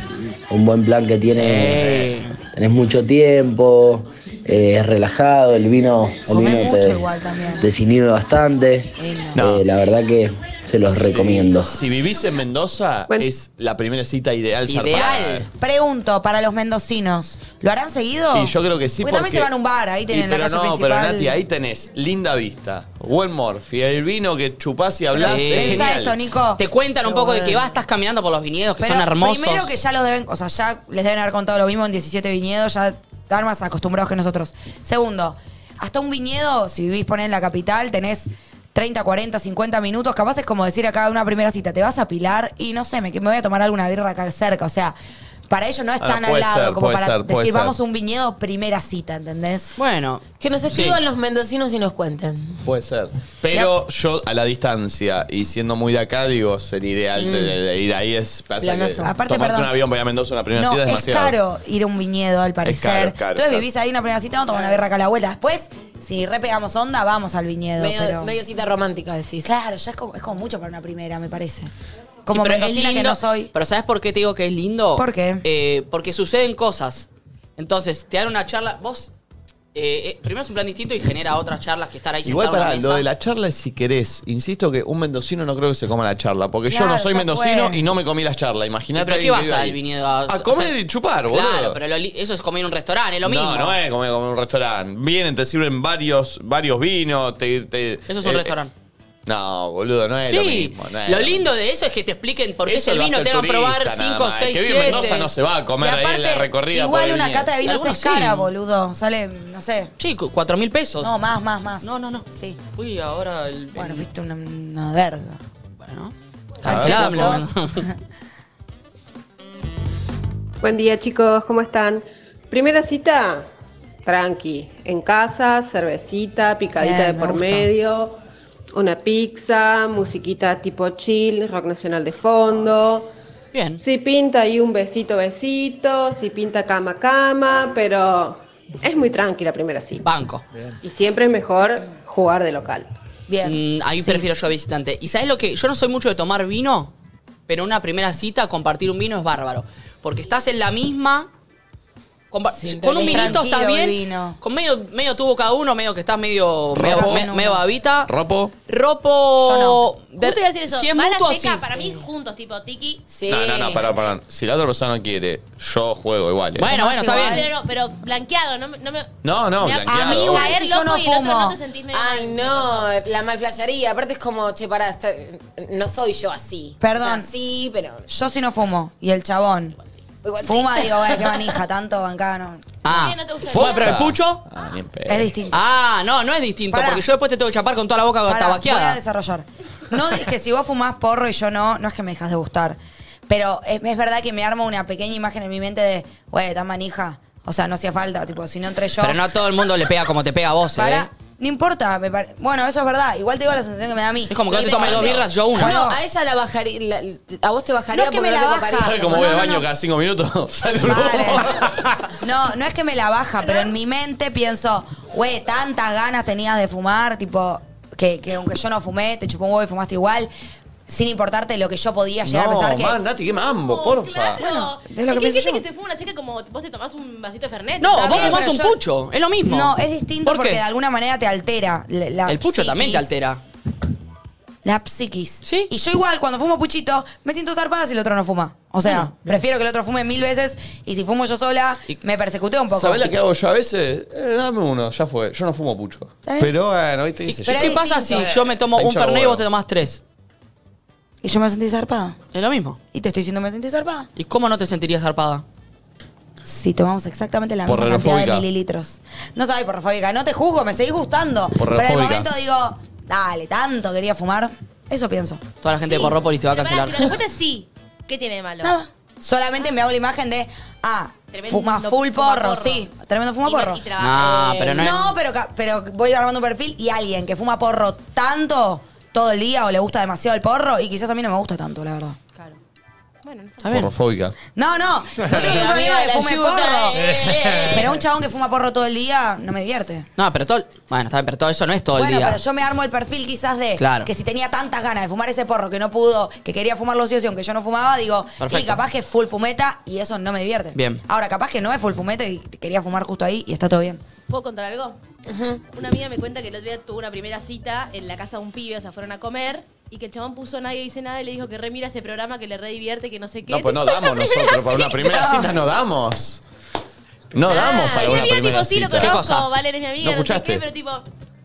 Speaker 11: Un buen plan que tiene. Tenés mucho tiempo,
Speaker 12: eh, es relajado, el vino, el
Speaker 3: Comés
Speaker 12: vino
Speaker 3: mucho
Speaker 12: te
Speaker 3: igual también.
Speaker 12: desinhibe bastante.
Speaker 1: No.
Speaker 12: Eh, la verdad que se los
Speaker 1: Sí.
Speaker 12: recomiendo.
Speaker 1: Si vivís en Mendoza, es la primera cita ideal. zarpada. eh.
Speaker 3: Pregunto para los mendocinos, ¿lo harán seguido?
Speaker 1: Y yo creo que sí.
Speaker 3: Porque también
Speaker 1: porque-
Speaker 3: se van a un bar, ahí tienen
Speaker 1: Y
Speaker 3: la
Speaker 1: pero
Speaker 3: calle
Speaker 1: no,
Speaker 3: principal.
Speaker 1: Pero Nati, ahí tenés linda vista, buen morfi, el vino que chupás y hablás.
Speaker 2: Sí.
Speaker 1: es
Speaker 2: Pensá
Speaker 1: genial.
Speaker 3: esto, Nico.
Speaker 2: Te cuentan un
Speaker 3: Pero
Speaker 2: poco de
Speaker 3: bueno.
Speaker 2: que vas, estás caminando por los viñedos que
Speaker 3: Pero
Speaker 2: son hermosos.
Speaker 3: Primero que ya los deben, o sea, ya les deben haber contado lo mismo en 17 viñedos, ya están más acostumbrados que nosotros. Segundo, hasta un viñedo, si vivís poner en la capital, tenés 30, 40, 50 minutos, capaz es como decir acá una primera cita, te vas a pilar y no sé, me, que me voy a tomar alguna birra acá cerca, o sea, para ellos no es
Speaker 2: Ah,
Speaker 3: tan al
Speaker 2: puede
Speaker 3: lado
Speaker 2: ser,
Speaker 3: como
Speaker 2: puede
Speaker 3: para
Speaker 2: ser, puede
Speaker 3: decir
Speaker 2: ser.
Speaker 3: vamos a un viñedo primera cita, ¿entendés?
Speaker 2: Bueno,
Speaker 10: Que nos escriban los mendocinos y nos cuenten.
Speaker 1: Puede ser. Pero yo a la distancia y siendo muy de acá, digo, sería ideal de- de- de ir ahí. Es, pasa que
Speaker 3: Planazo. Mm. Aparte,
Speaker 1: tomarte
Speaker 3: perdón.
Speaker 1: un avión para ir a Mendoza en la primera
Speaker 3: No,
Speaker 1: cita
Speaker 3: es
Speaker 1: es, demasiado.
Speaker 3: caro ir a un viñedo al parecer.
Speaker 1: caro, es caro,
Speaker 3: Entonces
Speaker 1: caro.
Speaker 3: vivís ahí una primera cita, vamos a tomar una birra acá a la vuelta. Después, si repegamos onda, vamos al viñedo.
Speaker 10: Medio-
Speaker 3: pero-
Speaker 10: medio cita romántica, decís.
Speaker 3: Claro, ya es como, es como mucho para una primera, me parece. Como
Speaker 2: Sí, pero es
Speaker 3: mendocina que
Speaker 2: lindo.
Speaker 3: no soy.
Speaker 2: Pero ¿sabes por qué te digo que es lindo?
Speaker 3: ¿Por qué?
Speaker 2: Eh, porque suceden cosas. Entonces, te dan una charla. Vos. eh, eh, primero es un plan distinto y genera otras charlas que estar ahí
Speaker 1: Igual
Speaker 2: sentado en
Speaker 1: para
Speaker 2: una
Speaker 1: lo
Speaker 2: mesa.
Speaker 1: de la charla, es si querés, insisto que un mendocino no creo que se coma la charla, porque yo
Speaker 2: Claro,
Speaker 1: no soy
Speaker 2: ya
Speaker 1: mendocino
Speaker 2: fue.
Speaker 1: y no me comí la charla. Imagínate.
Speaker 2: ¿Pero qué
Speaker 1: alguien
Speaker 2: vas
Speaker 1: que vive
Speaker 2: al
Speaker 1: ahí.
Speaker 2: viñedo? A,
Speaker 1: A
Speaker 2: o
Speaker 1: comer
Speaker 2: sea,
Speaker 1: y chupar, boludo.
Speaker 2: Claro, pero lo li- eso es comer en un restaurante, es lo mismo.
Speaker 1: No, no es comer como en un restaurante. Vienen, te sirven varios, varios vinos. Te, te-
Speaker 2: Eso es un restaurante.
Speaker 1: No, boludo, Eh, no es lo
Speaker 2: Sí,
Speaker 1: mismo. no es
Speaker 2: lo
Speaker 1: lo
Speaker 2: lindo de eso es que te expliquen por qué es
Speaker 1: Eso
Speaker 2: el
Speaker 1: lo
Speaker 2: vino,
Speaker 1: hace
Speaker 2: te
Speaker 1: el
Speaker 2: hagan probar
Speaker 1: turista, nada
Speaker 2: 5,
Speaker 1: más. El
Speaker 2: 6,
Speaker 1: que
Speaker 2: 7.
Speaker 1: vive en Mendoza no se va a comer ahí en la recorrida por
Speaker 3: Igual
Speaker 1: el
Speaker 3: una
Speaker 1: viñedo.
Speaker 3: cata de vinos es
Speaker 2: Algunos
Speaker 3: cara,
Speaker 2: sí.
Speaker 3: boludo. Sale, no sé.
Speaker 2: Sí, 4 mil pesos.
Speaker 3: No, más, más, más. No, no, no. Sí.
Speaker 2: Fui ahora el.
Speaker 3: Bueno, fuiste una, una verga.
Speaker 2: Bueno.
Speaker 3: Cancelame,
Speaker 2: Cancelame,
Speaker 3: vos.
Speaker 4: Buen día chicos, ¿cómo están? Primera cita, tranqui, en casa, cervecita, picadita
Speaker 13: Bien,
Speaker 4: de
Speaker 13: me
Speaker 4: por
Speaker 13: gusta.
Speaker 4: medio, una pizza, musiquita tipo chill, rock nacional de fondo.
Speaker 2: Bien.
Speaker 4: Si pinta ahí un besito, besito, si pinta cama, cama, pero es muy tranqui la primera cita.
Speaker 2: Banco.
Speaker 4: Y siempre es mejor jugar de local.
Speaker 2: Mm, ahí prefiero yo visitante. ¿Y sabes lo que? Yo no soy mucho de tomar vino, pero una primera cita, compartir un vino es bárbaro. Porque estás en la misma. compa- con un
Speaker 3: tenés
Speaker 2: vinito estás
Speaker 3: tranquilo el
Speaker 2: bien.
Speaker 3: vino.
Speaker 2: Con medio, medio tubo cada uno, medio que estás medio, medio,
Speaker 1: Ropo.
Speaker 2: me- medio babita.
Speaker 1: Ropo.
Speaker 2: Ropo. de-
Speaker 7: Justo iba a decir eso.
Speaker 2: Si es
Speaker 7: van
Speaker 2: mutuo,
Speaker 7: a seca,
Speaker 2: sí.
Speaker 7: para mí juntos, tipo tiki. Sí.
Speaker 1: No, no, no, pará, pará. Si la otra persona no quiere, yo juego igual. ¿eh?
Speaker 7: Pero, pero blanqueado, no, me- no me.
Speaker 1: No, no,
Speaker 7: Me ha-
Speaker 1: blanqueado.
Speaker 7: a mí igual.
Speaker 10: Caer
Speaker 7: Si yo
Speaker 10: loco
Speaker 7: no
Speaker 10: y el otro
Speaker 7: fumo.
Speaker 10: te sentís medio Ay, no, la malflayaría. Aparte es como, che, pará, está- no soy yo así.
Speaker 3: Perdón.
Speaker 10: O sea, sí, pero.
Speaker 3: Yo si no fumo. Y el chabón.
Speaker 10: Igual sí.
Speaker 3: Fuma, digo, "Ay, qué manija, tanto bancano.
Speaker 2: Ah. Bueno, pero el pucho.
Speaker 1: Ah,
Speaker 3: Es distinto.
Speaker 2: Ah, no, no es distinto.
Speaker 3: Pará.
Speaker 2: Porque yo después te tengo que chapar con toda la boca
Speaker 3: Pará, Voy a
Speaker 2: tabaqueada.
Speaker 3: desarrollar. No es que si vos fumás porro y yo no, no es que me dejas de gustar. Pero es, es verdad que me armo una pequeña imagen en mi mente de, güey, tan manija. O sea, no hacía falta, tipo, si no entré yo.
Speaker 2: Pero no a todo el mundo le pega como te pega a vos,
Speaker 3: Pará,
Speaker 2: ¿eh?
Speaker 3: no importa. me pare- Bueno, eso es verdad. Igual te digo la sensación que me da a mí.
Speaker 2: Es como que yo te tomé dos birras, yo una.
Speaker 10: No, a ella la bajaría. la- a vos te bajaría
Speaker 3: No es que
Speaker 10: porque
Speaker 3: me
Speaker 10: no
Speaker 3: la
Speaker 10: te
Speaker 3: baja.
Speaker 10: coparía.
Speaker 1: ¿Sabes cómo
Speaker 3: No,
Speaker 1: voy al
Speaker 3: no,
Speaker 1: baño
Speaker 3: no.
Speaker 1: cada cinco minutos? Sale un
Speaker 3: No, no es que me la baja, pero en mi mente pienso, güey, tantas ganas tenías de fumar, tipo, que, que aunque yo no fumé, te chupó un huevo y fumaste igual, sin importarte lo que yo podía llegar a pensar
Speaker 1: No,
Speaker 3: que.
Speaker 1: man, Ah, Nati, qué
Speaker 3: Oh,
Speaker 1: mambo, porfa.
Speaker 7: Bueno,
Speaker 3: es
Speaker 7: es
Speaker 3: lo que
Speaker 7: que,
Speaker 3: pienso
Speaker 7: hay gente
Speaker 3: yo.
Speaker 7: que se fuma una seca como vos te tomás un vasito de Fernet.
Speaker 2: No,
Speaker 7: Está
Speaker 2: vos
Speaker 7: bien,
Speaker 2: tomás
Speaker 7: pero
Speaker 2: un
Speaker 7: yo-
Speaker 2: pucho. Es lo mismo.
Speaker 3: No, es distinto
Speaker 2: ¿Por
Speaker 3: porque
Speaker 2: qué?
Speaker 3: de alguna manera te altera. la- la
Speaker 2: El pucho también te
Speaker 3: psiquis.
Speaker 2: altera.
Speaker 3: La psiquis. Sí. Y yo igual, cuando fumo puchito, me siento zarpada si el otro no fuma. O sea, prefiero que el otro fume mil veces y si fumo yo sola, me persecuteo un poco.
Speaker 1: ¿Sabés la que hago yo a veces? Eh, dame uno, ya fue. Yo no fumo pucho.
Speaker 3: bien.
Speaker 1: Pero bueno, ¿viste qué sé yo?
Speaker 2: ¿Y qué pasa si yo me tomo un Fernet y vos te tomás tres?
Speaker 3: Y yo me sentí zarpada.
Speaker 2: Es lo mismo.
Speaker 3: Y te estoy diciendo, me sentí zarpada.
Speaker 2: ¿Y cómo no te sentirías zarpada?
Speaker 3: Si tomamos exactamente la misma
Speaker 2: Porrerofóbica.
Speaker 3: cantidad de mililitros. No sabés, porrofóbica, no te juzgo, me seguís gustando. Pero en el
Speaker 2: Porrofóbica.
Speaker 3: momento digo, dale, tanto quería fumar. Eso pienso.
Speaker 2: Toda la gente de Porrópolis te va a cancelar.
Speaker 7: La respuesta es sí. ¿Qué tiene de malo?
Speaker 3: Nada. Ah. Solamente me hago la imagen de, ah,
Speaker 7: Tremendo
Speaker 3: fuma full
Speaker 7: fuma
Speaker 3: porro,
Speaker 7: porro.
Speaker 3: sí. Tremendo fuma porro.
Speaker 2: trabaja-
Speaker 7: Eh,
Speaker 2: No, pero no es-
Speaker 3: No, pero, ca- pero voy armando un perfil y alguien que fuma porro tanto todo el día o le gusta demasiado el porro y quizás a mí no me gusta tanto, la verdad.
Speaker 1: Porrofóbica.
Speaker 3: No, no, no tengo ningún problema de
Speaker 10: la
Speaker 3: fume
Speaker 10: ayuda,
Speaker 3: porro.
Speaker 10: eh.
Speaker 3: Pero un chabón que fuma porro todo el día no me divierte.
Speaker 2: No, pero todo. Bueno, está bien, pero todo eso no es todo
Speaker 3: bueno,
Speaker 2: el día.
Speaker 3: pero yo me armo el perfil quizás de
Speaker 2: Claro.
Speaker 3: que si tenía tantas ganas de fumar ese porro que no pudo, que quería fumarlo sí o sí, aunque yo no fumaba, digo,
Speaker 2: Perfecto.
Speaker 3: y capaz que es full fumeta y eso no me divierte.
Speaker 2: Bien.
Speaker 3: Ahora, capaz que no es full fumeta y quería fumar justo ahí y está todo bien.
Speaker 7: ¿Puedo contar algo? Una amiga me cuenta que el otro día tuvo una primera cita en la casa de un pibe, o sea, fueron a comer. Y que el chabón puso nadie dice nada y le dijo que re mira ese programa, que le re divierte, que no sé qué.
Speaker 1: No, pues no
Speaker 7: Tipo,
Speaker 1: damos
Speaker 7: la primera
Speaker 1: nosotros. Para una
Speaker 7: cita.
Speaker 1: primera cita no damos. No damos
Speaker 7: Ah,
Speaker 1: para
Speaker 7: y
Speaker 1: una
Speaker 7: amiga,
Speaker 1: primera
Speaker 7: tipo, sí, lo
Speaker 1: cita.
Speaker 7: conozco, Valen es mi
Speaker 1: ¿No
Speaker 7: amiga, no, sé
Speaker 1: escuchaste?
Speaker 7: qué, pero tipo,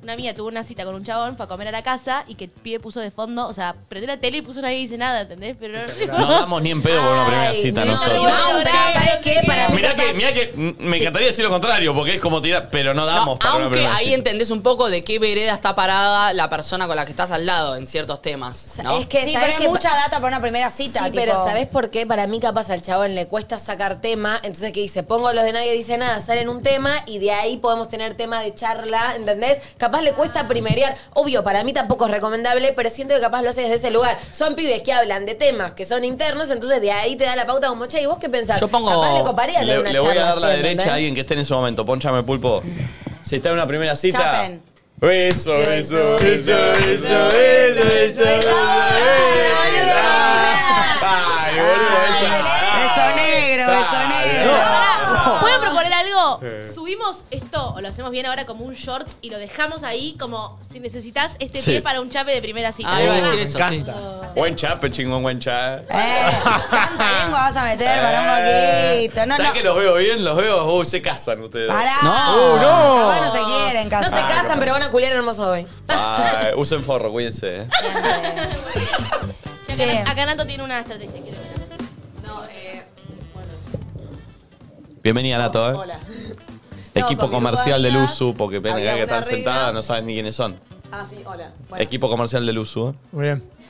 Speaker 7: una amiga tuvo una cita con un chabón, fue a comer a la casa y que el pibe puso de fondo, o sea, prendió la tele y puso nadie dice nada, ¿entendés? Pero
Speaker 1: No damos ni en pedo por una primera cita nosotros.
Speaker 3: ¿Sabes qué? Para mí
Speaker 1: Mirá
Speaker 3: capaz-
Speaker 1: que, mirá que mm, me encantaría decir lo contrario, porque es como tirar, pero no damos para una
Speaker 2: Aunque
Speaker 1: primera
Speaker 2: ahí
Speaker 1: cita.
Speaker 2: entendés un poco de qué vereda está parada la persona con la que estás al lado en ciertos temas. ¿no?
Speaker 3: Es que
Speaker 4: Sí,
Speaker 3: sabes
Speaker 4: pero
Speaker 3: que
Speaker 4: es
Speaker 3: mucha
Speaker 4: mucha
Speaker 3: data para una primera cita.
Speaker 4: Sí, pero ¿sabes por qué? Para mí capaz al chabón le cuesta sacar tema, entonces que dice, pongo los de nadie dice nada, salen un tema y de ahí podemos tener tema de charla, ¿entendés? Capaz le
Speaker 10: Ah.
Speaker 4: cuesta primerear. Obvio, para mí tampoco es recomendable, pero siento que capaz lo hace desde ese lugar. Son pibes que hablan de temas que son internos, entonces de ahí te da la pauta como, che, ¿y vos qué pensás?
Speaker 1: Yo pongo-
Speaker 4: Capaz le coparía tener
Speaker 1: Le,
Speaker 4: una
Speaker 1: le voy a
Speaker 4: charla
Speaker 1: dar la
Speaker 4: así,
Speaker 1: derecha
Speaker 4: ¿entendés?
Speaker 1: a alguien que esté en ese momento. Ponchame pulpo. Si está en una primera cita.
Speaker 4: Chapen.
Speaker 1: Beso, beso, beso, beso, beso, beso, beso, beso. Ay, boludo,
Speaker 3: negro,
Speaker 1: beso negro.
Speaker 7: ¿Puedo
Speaker 2: Ah.
Speaker 7: proponer algo?
Speaker 1: Eh.
Speaker 7: Subimos esto, o lo hacemos bien ahora como un short y lo dejamos ahí como si necesitas este
Speaker 1: Sí.
Speaker 7: pie para un chape de primera cita.
Speaker 1: Ah, iba a decir
Speaker 7: ¿verdad?
Speaker 1: eso, sí. Buen chape, chingón, buen chape.
Speaker 3: Tanta Eh, lengua vas a meter para
Speaker 2: Eh,
Speaker 3: un poquito. No,
Speaker 1: ¿Sabes
Speaker 3: no.
Speaker 1: Eh. que los veo bien? Los veo, uh, se casan ustedes.
Speaker 3: Pará.
Speaker 1: ¡No!
Speaker 2: Uh,
Speaker 1: ¡No!
Speaker 3: Capaz no se quieren
Speaker 4: No
Speaker 3: casar.
Speaker 1: Ah,
Speaker 4: se casan, pero van a culiar hermoso hoy.
Speaker 1: Ay, usen forro, cuídense. eh.
Speaker 7: Ya
Speaker 3: Che.
Speaker 7: acá- Acá Nato tiene una estrategia. quiero ver.
Speaker 1: Bienvenida, Nato, eh.
Speaker 4: Hola. No,
Speaker 1: Equipo
Speaker 4: con mi
Speaker 1: comercial de
Speaker 4: amiga
Speaker 1: Luzu, porque ven
Speaker 4: había
Speaker 1: acá que
Speaker 4: una
Speaker 1: están
Speaker 4: regla.
Speaker 1: sentadas, no saben ni quiénes son.
Speaker 10: Ah, sí, hola.
Speaker 1: Equipo comercial de Luzu, eh.
Speaker 5: Muy bien.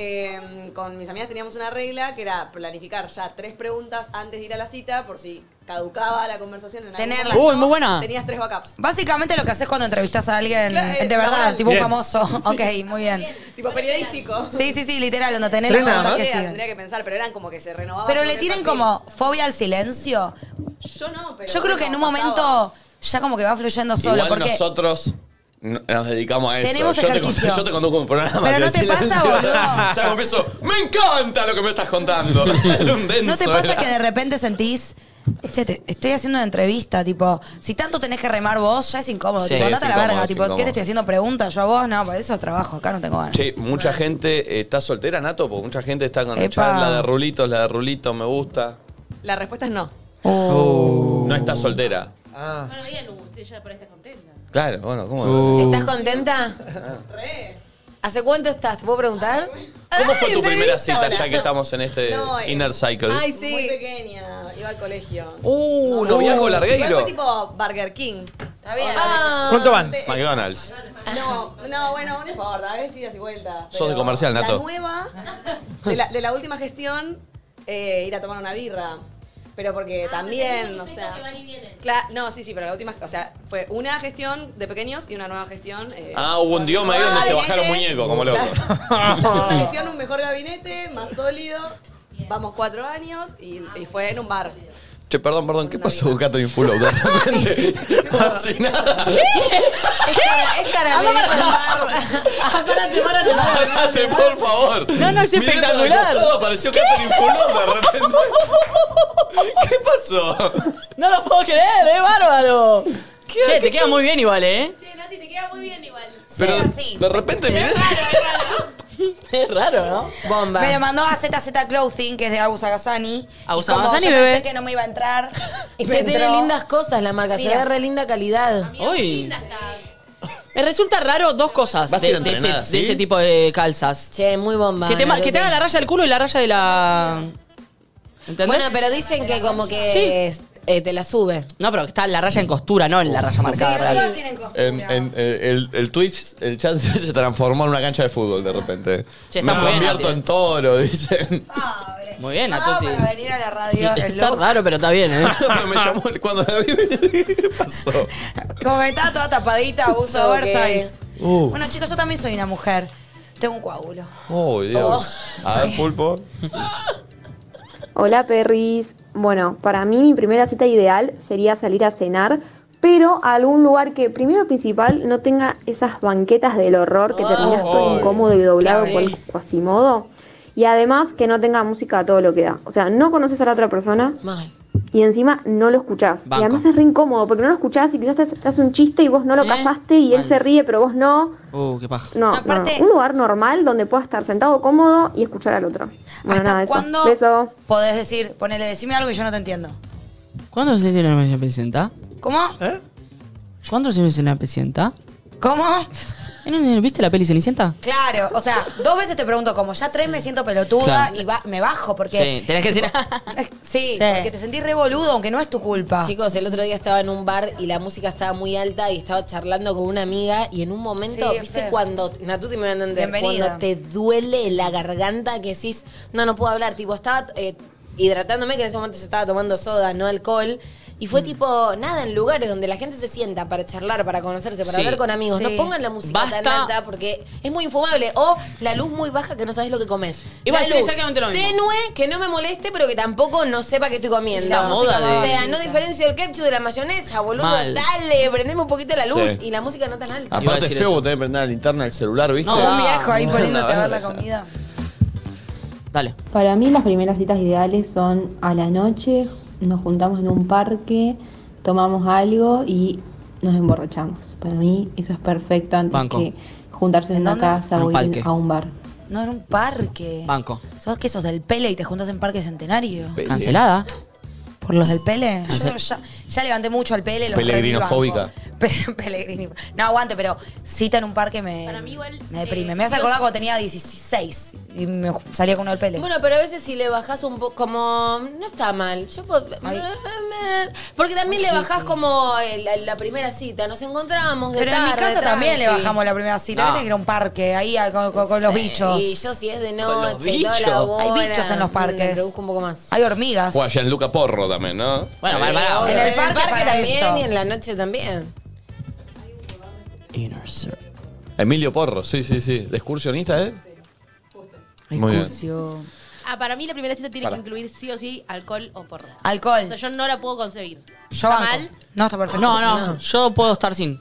Speaker 10: Eh, con mis amigas teníamos una regla que era planificar ya tres preguntas antes de ir a la cita por si caducaba la conversación en algún
Speaker 3: Tenerla.
Speaker 10: momento.
Speaker 3: Uy, muy buena.
Speaker 10: Tenías tres backups.
Speaker 3: Básicamente lo que haces cuando entrevistas a alguien
Speaker 10: Claro, eh,
Speaker 3: de verdad,
Speaker 10: laboral.
Speaker 3: tipo
Speaker 10: Bien.
Speaker 3: un famoso. Ok, muy bien.
Speaker 10: Tipo periodístico.
Speaker 3: Sí, sí, sí, literal, donde tenés las preguntas que siguen.
Speaker 10: Tendría que pensar, pero eran como que se
Speaker 4: Ah,
Speaker 10: renovaban.
Speaker 3: Pero le
Speaker 10: sobre
Speaker 3: tienen
Speaker 10: el perfil.
Speaker 3: como fobia al silencio.
Speaker 10: Yo no, pero.
Speaker 3: Yo creo que en un momento ya como que va fluyendo solo.
Speaker 1: Igual
Speaker 3: porque
Speaker 1: nosotros n- nos dedicamos a eso.
Speaker 3: Tenemos
Speaker 1: yo, te,
Speaker 3: ejercicio.
Speaker 1: con- yo te conduzco un programa.
Speaker 3: Pero
Speaker 1: de
Speaker 3: no te pasa,
Speaker 1: silencio.
Speaker 3: boludo.
Speaker 1: Ya como empiezo, me encanta lo que me estás contando. Era un denso, ¿eh?
Speaker 3: ¿No te pasa
Speaker 1: era.
Speaker 3: que de repente sentís, che, te- estoy haciendo una entrevista, tipo, si tanto tenés que remar vos, ya es incómodo,
Speaker 1: Sí,
Speaker 3: tipo,
Speaker 1: es
Speaker 3: andate a la
Speaker 1: incómodo,
Speaker 3: verga,
Speaker 1: es
Speaker 3: tipo, ¿qué
Speaker 1: incómodo.
Speaker 3: te estoy haciendo preguntas yo a vos? No, para eso trabajo, acá no tengo ganas.
Speaker 1: Che, mucha gente eh, está soltera, Nato, porque mucha gente está con
Speaker 3: Epa.
Speaker 1: charla de rulitos, la de rulitos me gusta.
Speaker 10: La respuesta es no.
Speaker 4: Uh,
Speaker 1: Uh. No está soltera.
Speaker 2: Ah.
Speaker 7: Bueno, díganlo, usted ya por ahí está contenta.
Speaker 1: Claro, bueno, ¿cómo?
Speaker 4: ¿Estás contenta? ¿Hace cuánto estás? ¿Te puedo preguntar?
Speaker 1: ¿Cómo fue
Speaker 4: Ay,
Speaker 1: tu primera
Speaker 4: entrevista
Speaker 1: cita
Speaker 4: ahora.
Speaker 1: ya que estamos en este
Speaker 10: No, eh,
Speaker 1: inner cycle?
Speaker 10: Ay, sí. Muy pequeña, iba al colegio.
Speaker 1: Uh, noviazgo
Speaker 10: Igual
Speaker 1: largueiro.
Speaker 10: Fue tipo Burger King. Está bien. Ah.
Speaker 1: ¿Cuánto van? McDonald's.
Speaker 10: No, no, bueno, no importa, a veces idas y vueltas.
Speaker 1: Sos
Speaker 10: pero
Speaker 1: de comercial, Nato.
Speaker 10: La nueva, de la, de la última gestión, eh, ir a tomar una birra. Pero porque también, o sea. Cla- no, sí, sí, pero la última, o sea, fue una gestión de pequeños y una nueva gestión. eh,
Speaker 1: Ah, hubo un dioma ahí donde
Speaker 10: Ah,
Speaker 1: se
Speaker 10: bien,
Speaker 1: bajaron
Speaker 10: eh.
Speaker 1: muñecos, como loco.
Speaker 10: una gestión, un mejor gabinete, más sólido. Vamos cuatro años y, y fue en un bar.
Speaker 1: Che, perdón, perdón, ¿qué pasó con Catherine Fulop? De repente, así nada.
Speaker 10: Es cara de Párate, párate, párate.
Speaker 1: Parate, por favor.
Speaker 10: No, no,
Speaker 1: Mirá para
Speaker 10: es
Speaker 1: el
Speaker 10: espectacular.
Speaker 1: costado, apareció Catherine Fulop de repente. ¿Qué pasó?
Speaker 2: No lo puedo creer, es bárbaro. che, te queda muy bien igual, ¿eh?
Speaker 7: Che, Nati, te queda muy bien igual.
Speaker 1: Pero de repente miré.
Speaker 2: Es raro, ¿no?
Speaker 4: Bomba.
Speaker 3: Me lo mandó a ZZ Clothing, que es de Agus Agasani.
Speaker 2: Agus
Speaker 3: Y como
Speaker 2: Agasani,
Speaker 3: yo
Speaker 2: bebé.
Speaker 3: pensé que no me iba a entrar. Y me
Speaker 4: Che, tiene
Speaker 3: entró.
Speaker 4: lindas cosas la marca, se
Speaker 3: Mira.
Speaker 4: ve re linda calidad.
Speaker 2: Hoy. Me resulta raro dos cosas
Speaker 4: Vas a
Speaker 2: de,
Speaker 4: ir
Speaker 2: de ese,
Speaker 4: entrenada, ¿sí?
Speaker 2: de ese tipo de calzas.
Speaker 4: Che, muy bomba.
Speaker 2: Que te, ma- que te haga la raya del culo y la raya de la. ¿Entendés?
Speaker 4: Bueno, pero dicen que como que eh, te la sube.
Speaker 2: No, pero que está la raya en costura, no en la raya marcada.
Speaker 4: sí.
Speaker 2: real.
Speaker 1: En, en- eh, el, el Twitch, el chat se transformó en una cancha de fútbol de repente.
Speaker 2: Che, está
Speaker 1: Me
Speaker 2: muy bien,
Speaker 1: convierto
Speaker 2: Nati.
Speaker 1: en toro, dicen.
Speaker 2: Muy bien, Atuti.
Speaker 3: Venir a la radio. el
Speaker 2: Está
Speaker 3: look.
Speaker 2: raro, pero está bien, ¿eh?
Speaker 1: Pero me llamó cuando la vi. ¿Qué pasó?
Speaker 3: Como que estaba toda tapadita, uso
Speaker 4: Ok.
Speaker 3: oversize.
Speaker 1: Uh.
Speaker 3: Bueno, chicos, yo también soy una mujer. Tengo un coágulo.
Speaker 1: Oh, Dios. A ver, pulpo.
Speaker 14: Hola perris. Bueno, para mí mi primera cita ideal sería salir a cenar, pero a algún lugar que, primero principal, no tenga esas banquetas del horror que terminas todo
Speaker 1: Ay.
Speaker 14: incómodo y doblado
Speaker 1: Sí.
Speaker 14: por el cuasimodo. Y además que no tenga música a todo lo que da. O sea, no conoces a la otra persona, y encima no lo escuchás.
Speaker 15: Banco.
Speaker 14: Y además es re incómodo porque no lo escuchás y quizás te, te hace un chiste y vos no lo casaste y él se ríe pero vos no.
Speaker 2: Uh, qué paja.
Speaker 14: No, no, no. un lugar normal donde puedas estar sentado cómodo y escuchar al otro. Bueno, nada, eso.
Speaker 3: ¿Cuándo
Speaker 14: Beso.
Speaker 3: podés decir, ponele, decime algo que yo no te entiendo?
Speaker 2: ¿Cuándo se tiene una presenta?
Speaker 3: ¿Cómo?
Speaker 2: ¿Cuándo se tiene una presenta?
Speaker 3: ¿Cómo?
Speaker 2: ¿Viste la peli Cenicienta?
Speaker 3: Claro, o sea, dos veces te pregunto cómo, ya tres me siento pelotuda
Speaker 2: Claro.
Speaker 3: y va- me bajo porque...
Speaker 2: Sí, tenés que decir.
Speaker 3: Sí, porque te sentís revoludo, aunque no es tu culpa.
Speaker 4: Chicos, el otro día estaba en un bar y la música estaba muy alta y estaba charlando con una amiga y en un momento,
Speaker 3: Sí, es
Speaker 4: ¿viste
Speaker 3: feo.
Speaker 4: cuando, Natuti me va a entender,
Speaker 3: Bienvenida.
Speaker 4: cuando te duele la garganta que decís, no, no puedo hablar, tipo, estaba eh, hidratándome, que en ese momento yo estaba tomando soda, no alcohol, y
Speaker 3: Mm.
Speaker 4: fue tipo, nada, en lugares donde la gente se sienta para charlar, para conocerse, para
Speaker 2: Sí.
Speaker 4: hablar con amigos, no
Speaker 2: Sí.
Speaker 4: pongan la música tan
Speaker 2: Basta.
Speaker 4: alta porque es muy infumable, o la luz muy baja que no sabes lo que comes.
Speaker 2: Iba a
Speaker 4: La
Speaker 2: decir
Speaker 4: luz
Speaker 2: exactamente lo mismo.
Speaker 4: Tenue, que no me moleste, pero que tampoco no sepa que estoy comiendo.
Speaker 2: Esa moda
Speaker 4: O
Speaker 2: de-
Speaker 4: sea, Ah, no diferencio el ketchup de la mayonesa, boludo.
Speaker 1: Mal.
Speaker 4: Dale, prendeme un poquito la luz
Speaker 1: Sí.
Speaker 4: y la música no tan alta.
Speaker 1: Aparte es feo, vos tenés que prender la linterna del celular, ¿viste?
Speaker 2: No, un viejo ahí
Speaker 1: No,
Speaker 2: poniéndote
Speaker 1: la
Speaker 2: a ver
Speaker 1: verga.
Speaker 3: comida.
Speaker 2: Dale.
Speaker 15: Para mí las primeras citas ideales son a la noche, nos juntamos en un parque, tomamos algo y nos emborrachamos. Para mí eso es perfecto antes
Speaker 2: Banco.
Speaker 15: que juntarse en, una casa
Speaker 2: En un
Speaker 15: o ir
Speaker 2: parque.
Speaker 15: a un bar.
Speaker 3: No, era un parque.
Speaker 2: Banco.
Speaker 3: ¿Sos que sos del Pele y te juntas en Parque Centenario?
Speaker 2: Cancelada.
Speaker 3: ¿Por los del Pele?
Speaker 2: No sé.
Speaker 3: Yo ya, ya levanté mucho al Pele. los
Speaker 1: Pelegrinofóbica.
Speaker 3: revivan. Pe- Pelegrini. No aguante, pero cita en un parque me,
Speaker 7: eh,
Speaker 3: me deprime. Me hace
Speaker 4: yo-
Speaker 3: acordar cuando tenía 16 y me ju- salía con uno del Pele.
Speaker 4: Ah. Bueno, pero a veces si le bajás un poco, como, no está mal. Yo puedo- Porque también le bajás como el- la, la primera cita, nos encontramos de
Speaker 3: pero en mi
Speaker 4: tarde,
Speaker 3: casa también le
Speaker 4: tranqui.
Speaker 3: bajamos la primera cita.
Speaker 4: No.
Speaker 3: Viste que era un parque ahí a- con, con- con los bichos.
Speaker 4: Y yo si es de
Speaker 3: Con los
Speaker 4: noche, y toda la
Speaker 1: bichos.
Speaker 4: bola,
Speaker 3: Hay bichos en los parques.
Speaker 4: Me produzco un poco más.
Speaker 3: Hay hormigas.
Speaker 1: Juega Gianluca Porro también, ¿no?
Speaker 2: Bueno,
Speaker 1: mal, mal.
Speaker 4: En el parque,
Speaker 3: para
Speaker 4: también
Speaker 3: eso.
Speaker 4: y en la noche también.
Speaker 2: Inner Circle.
Speaker 1: Emilio Porro, sí, sí, sí. De excursionista, ¿eh? Muy bien.
Speaker 3: Excursio.
Speaker 7: Ah, para mí la primera cita tiene
Speaker 1: Para.
Speaker 7: que incluir sí o sí alcohol o porro.
Speaker 3: Alcohol.
Speaker 7: O sea, yo no la puedo concebir.
Speaker 3: Yo
Speaker 7: ¿Está
Speaker 3: banco.
Speaker 7: mal?
Speaker 3: No, está perfecto.
Speaker 2: No, no, yo puedo estar sin.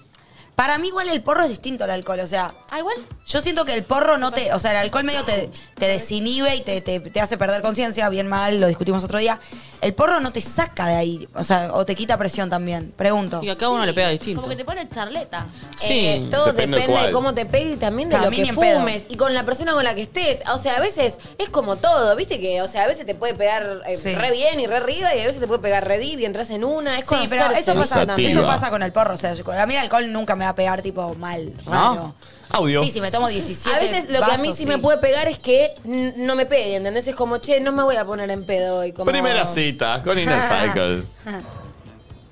Speaker 3: Para mí igual el porro es distinto al alcohol, o sea...
Speaker 7: Ah, igual.
Speaker 3: Yo siento que el porro no te... O sea, el alcohol medio te, te desinhibe y te, te- te hace perder conciencia, bien mal, lo discutimos otro día. El porro no te saca de ahí, o sea, o te quita presión también, pregunto.
Speaker 2: Y a cada uno le pega distinto.
Speaker 7: Como que te pone charleta.
Speaker 4: Eh, todo depende, de cómo te pegue y también de
Speaker 3: Claro,
Speaker 4: lo
Speaker 3: a mí
Speaker 4: que
Speaker 3: ni en pedo.
Speaker 4: fumes y con la persona con la que estés. O sea, a veces es como todo, ¿viste? Que, o sea, a veces te puede pegar eh,
Speaker 3: Sí.
Speaker 4: re bien y re arriba y a veces te puede pegar re deep y entras en una. Es
Speaker 3: Sí, pero
Speaker 4: conocerse.
Speaker 3: eso pasa,
Speaker 1: Sensativa.
Speaker 3: eso pasa con el porro, o sea, yo- a mí el alcohol nunca me va a pegar tipo mal, raro.
Speaker 1: Audio.
Speaker 3: Sí, si me tomo 17
Speaker 4: A veces lo que a mí
Speaker 3: vasos,
Speaker 4: sí, me puede pegar es que n- no me pegue, ¿entendés? Es como, che, no me voy a poner en pedo hoy. Como...
Speaker 1: Primera cita con Inner Cycle.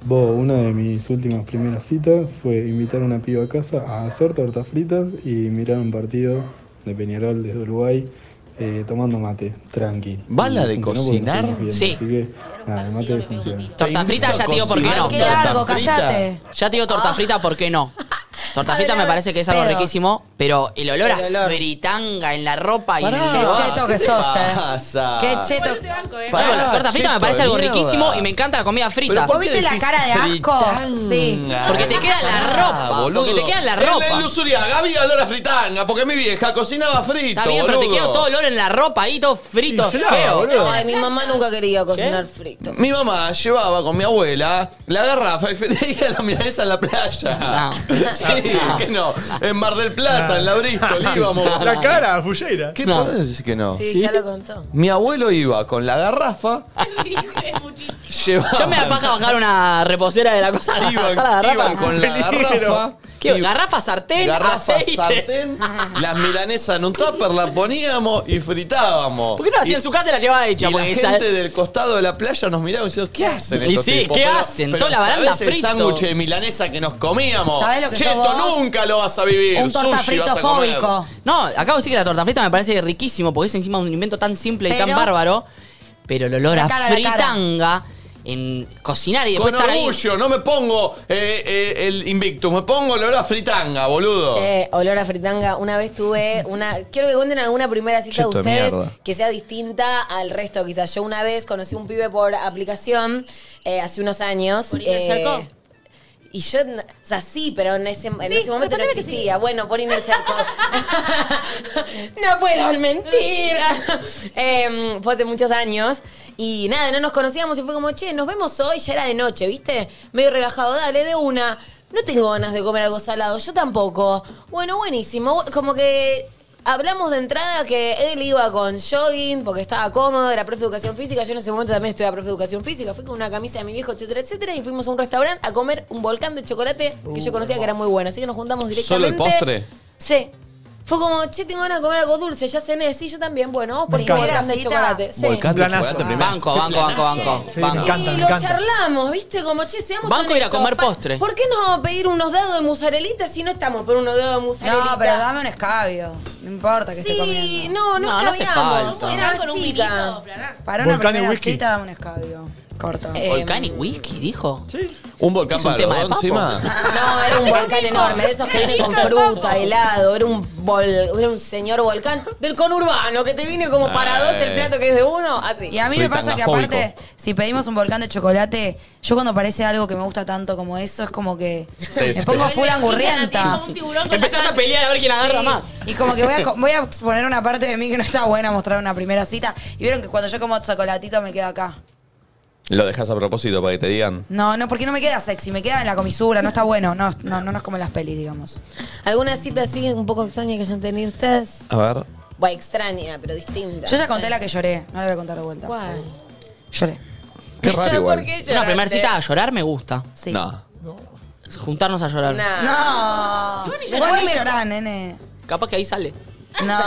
Speaker 12: Bo, una de mis últimas primeras citas fue invitar a una piba a casa a hacer tortas fritas y mirar un partido de Peñarol desde Uruguay eh, tomando mate, tranqui.
Speaker 1: ¿Bala
Speaker 12: Y
Speaker 1: de
Speaker 12: funcionó porque
Speaker 1: cocinar?
Speaker 12: nos fuimos
Speaker 2: Sí.
Speaker 12: Así que, nada, el mate funciona.
Speaker 2: Torta frita, ya te digo por qué no.
Speaker 3: Qué largo, callate.
Speaker 2: Ya te digo torta
Speaker 1: Ah.
Speaker 2: frita, ¿por qué no? Torta frita me parece que es algo
Speaker 3: pedos.
Speaker 2: riquísimo, pero el olor a
Speaker 3: El olor.
Speaker 2: fritanga en la ropa y en el
Speaker 1: Pará.
Speaker 3: Qué
Speaker 2: lugar.
Speaker 3: cheto que
Speaker 1: Ah, ¿Qué
Speaker 3: sos, eh.
Speaker 1: pasa?
Speaker 3: Qué cheto.
Speaker 7: este eh.
Speaker 2: Pará,
Speaker 1: Pará,
Speaker 2: la torta frita me
Speaker 1: cheto
Speaker 2: parece
Speaker 1: de
Speaker 2: algo
Speaker 1: mierda.
Speaker 2: riquísimo y me encanta la comida frita.
Speaker 1: Pero ¿por
Speaker 3: ¿Vos viste la
Speaker 1: decís
Speaker 3: cara de asco? Sí.
Speaker 2: Porque te queda la ropa. Porque te queda la ropa.
Speaker 1: Es Ah, la ilusoria. Gaby habló la fritanga porque mi vieja cocinaba frito,
Speaker 2: Está bien, pero te
Speaker 1: boludo.
Speaker 2: queda todo olor en la ropa ahí, todo frito,
Speaker 1: Sí,
Speaker 2: feo.
Speaker 1: boludo.
Speaker 4: Ay, mi mamá nunca quería cocinar frito.
Speaker 1: Mi mamá llevaba con mi abuela la garrafa y dije a la milanesa en la playa. Sí,
Speaker 5: No.
Speaker 1: que no. En Mar del Plata, en la Bristol, íbamos.
Speaker 5: La cara, Fulleira.
Speaker 1: ¿Qué no. decir que no?
Speaker 4: Sí, ya lo contó.
Speaker 1: Mi abuelo iba con la garrafa, llevaba.
Speaker 2: Yo me da paja bajar una reposera de la cosa.
Speaker 1: Iban-
Speaker 2: bajar la garrafa.
Speaker 1: iban con la garrafa.
Speaker 2: ¿Qué? Garrafa, sartén,
Speaker 1: Garrafa,
Speaker 2: aceite.
Speaker 1: sartén. Las milanesas en un tupper las poníamos y fritábamos.
Speaker 2: ¿Por qué no hacía
Speaker 1: Y-
Speaker 2: en su casa y la llevaba hecha?
Speaker 1: y la
Speaker 2: Porque
Speaker 1: gente
Speaker 2: esa-
Speaker 1: del costado de la playa nos miraba y decía, ¿qué hacen
Speaker 2: Y
Speaker 1: estos
Speaker 2: sí,
Speaker 1: tipos?
Speaker 2: ¿qué
Speaker 1: Pero-
Speaker 2: hacen?
Speaker 1: pero
Speaker 2: Toda la baranda
Speaker 1: ¿sabés el
Speaker 2: frito.
Speaker 1: sándwich de milanesa que nos comíamos.
Speaker 3: ¿Sabés lo que
Speaker 1: Che,
Speaker 3: sos
Speaker 1: esto
Speaker 3: vos?
Speaker 1: nunca lo vas a vivir.
Speaker 3: Un torta
Speaker 1: Sushi vas a comer.
Speaker 3: fritofóbico.
Speaker 2: No, acabo de decir que la torta frita me parece riquísimo porque es encima un invento tan simple y tan
Speaker 3: Pero-
Speaker 2: bárbaro. Pero el olor
Speaker 3: La
Speaker 2: a
Speaker 3: cara, la cara.
Speaker 2: fritanga en cocinar y después
Speaker 1: Con
Speaker 2: estar ahí.
Speaker 1: orgullo, no me pongo eh, eh, el Invictus, me pongo la hora fritanga, boludo.
Speaker 4: Che, olor a fritanga. Una vez tuve una. Quiero que cuenten alguna primera cita de
Speaker 1: Cheto de
Speaker 4: ustedes
Speaker 1: mierda.
Speaker 4: que sea distinta al resto, quizás. Yo una vez conocí un pibe por aplicación eh, hace unos años.
Speaker 7: ¿Por Inner
Speaker 4: eh,
Speaker 7: Circle?
Speaker 4: y yo, n- o sea, sí, pero en ese, en
Speaker 7: Sí,
Speaker 4: ese momento no
Speaker 7: respondeme que sí.
Speaker 4: existía. Bueno, por Inner Circle. no puedo mentir. Em, fue hace muchos años. Y nada, no nos conocíamos y fue como, che, nos vemos hoy, ya era de noche, ¿viste? Medio relajado, dale, de una. No tengo ganas de comer algo salado, yo tampoco. Bueno, buenísimo. Como que hablamos de entrada que él iba con jogging porque estaba cómodo, era profe de educación física. Yo en ese momento también estudiaba profe de educación física. Fui con una camisa de mi viejo, etcétera, etcétera. Y fuimos a un restaurante a comer un volcán de chocolate que yo conocía que era muy bueno. Así que nos juntamos
Speaker 1: ¿Solo
Speaker 4: directamente.
Speaker 1: el postre?
Speaker 4: Sí. Fue como, che, tengo ganas de comer algo dulce, ya cené, sí, yo también. Bueno, vamos por un
Speaker 1: Volcán.
Speaker 4: volcán de chocolate. Sí.
Speaker 1: Volcán de chocolate primero.
Speaker 2: Banco, banco, banco, banco.
Speaker 1: Sí, me
Speaker 2: banco.
Speaker 1: encanta,
Speaker 4: Y lo charlamos, ¿viste? Como, che, seamos
Speaker 2: Banco ir a
Speaker 4: honestos,
Speaker 2: comer
Speaker 4: pa-
Speaker 2: postre.
Speaker 4: ¿Por qué no vamos a pedir unos dados de mozzarellita si no estamos por unos dados de mozzarellita?
Speaker 3: No, pero dame un escabio. No importa que esté
Speaker 4: Sí,
Speaker 3: comiendo.
Speaker 4: no, no,
Speaker 3: No, no hace
Speaker 4: escabiamos.
Speaker 3: falta.
Speaker 4: Era
Speaker 3: Con un
Speaker 4: chica.
Speaker 3: Para una
Speaker 2: Volcán y
Speaker 3: primera
Speaker 2: whisky.
Speaker 3: cita, dame un escabio. Corta.
Speaker 2: ¿Volcán y whisky, dijo? Sí.
Speaker 1: ¿Un volcán
Speaker 2: ¿Es un
Speaker 1: para
Speaker 2: tema
Speaker 1: algodón
Speaker 2: de papo?
Speaker 1: encima?
Speaker 4: No, era un volcán enorme, de esos que viene con fruta, helado, era un vol- era un señor volcán del conurbano que te viene como para
Speaker 3: Ay.
Speaker 4: dos el plato que es de uno, así.
Speaker 3: Y a mí me pasa que aparte, si pedimos un volcán de chocolate, yo cuando aparece algo que me gusta tanto como eso, es como que me pongo full angurrienta.
Speaker 2: Empezás a pelear a ver quién agarra más.
Speaker 3: Y como que voy a, co- voy a exponer una parte de mí que no está buena mostrar una primera cita. Y vieron que cuando yo como chocolatito me queda acá.
Speaker 16: Lo dejas a propósito para que te digan.
Speaker 3: No, no, porque no me queda sexy, me queda en la comisura, no está bueno. No, no, no nos como en las pelis, digamos.
Speaker 4: ¿Alguna cita así un poco extraña que hayan tenido ustedes?
Speaker 16: A ver.
Speaker 4: Bueno, extraña, pero distinta.
Speaker 3: Yo ya conté la que lloré, no la voy a contar de vuelta.
Speaker 4: ¿Cuál?
Speaker 3: Lloré.
Speaker 16: Qué raro igual.
Speaker 2: Una primera cita a llorar me gusta.
Speaker 3: Sí.
Speaker 16: No.
Speaker 2: Juntarnos a llorar.
Speaker 3: No.
Speaker 2: ni
Speaker 3: Vos
Speaker 2: llorás.
Speaker 3: ni llorás, nene.
Speaker 2: Capaz que ahí sale.
Speaker 3: No.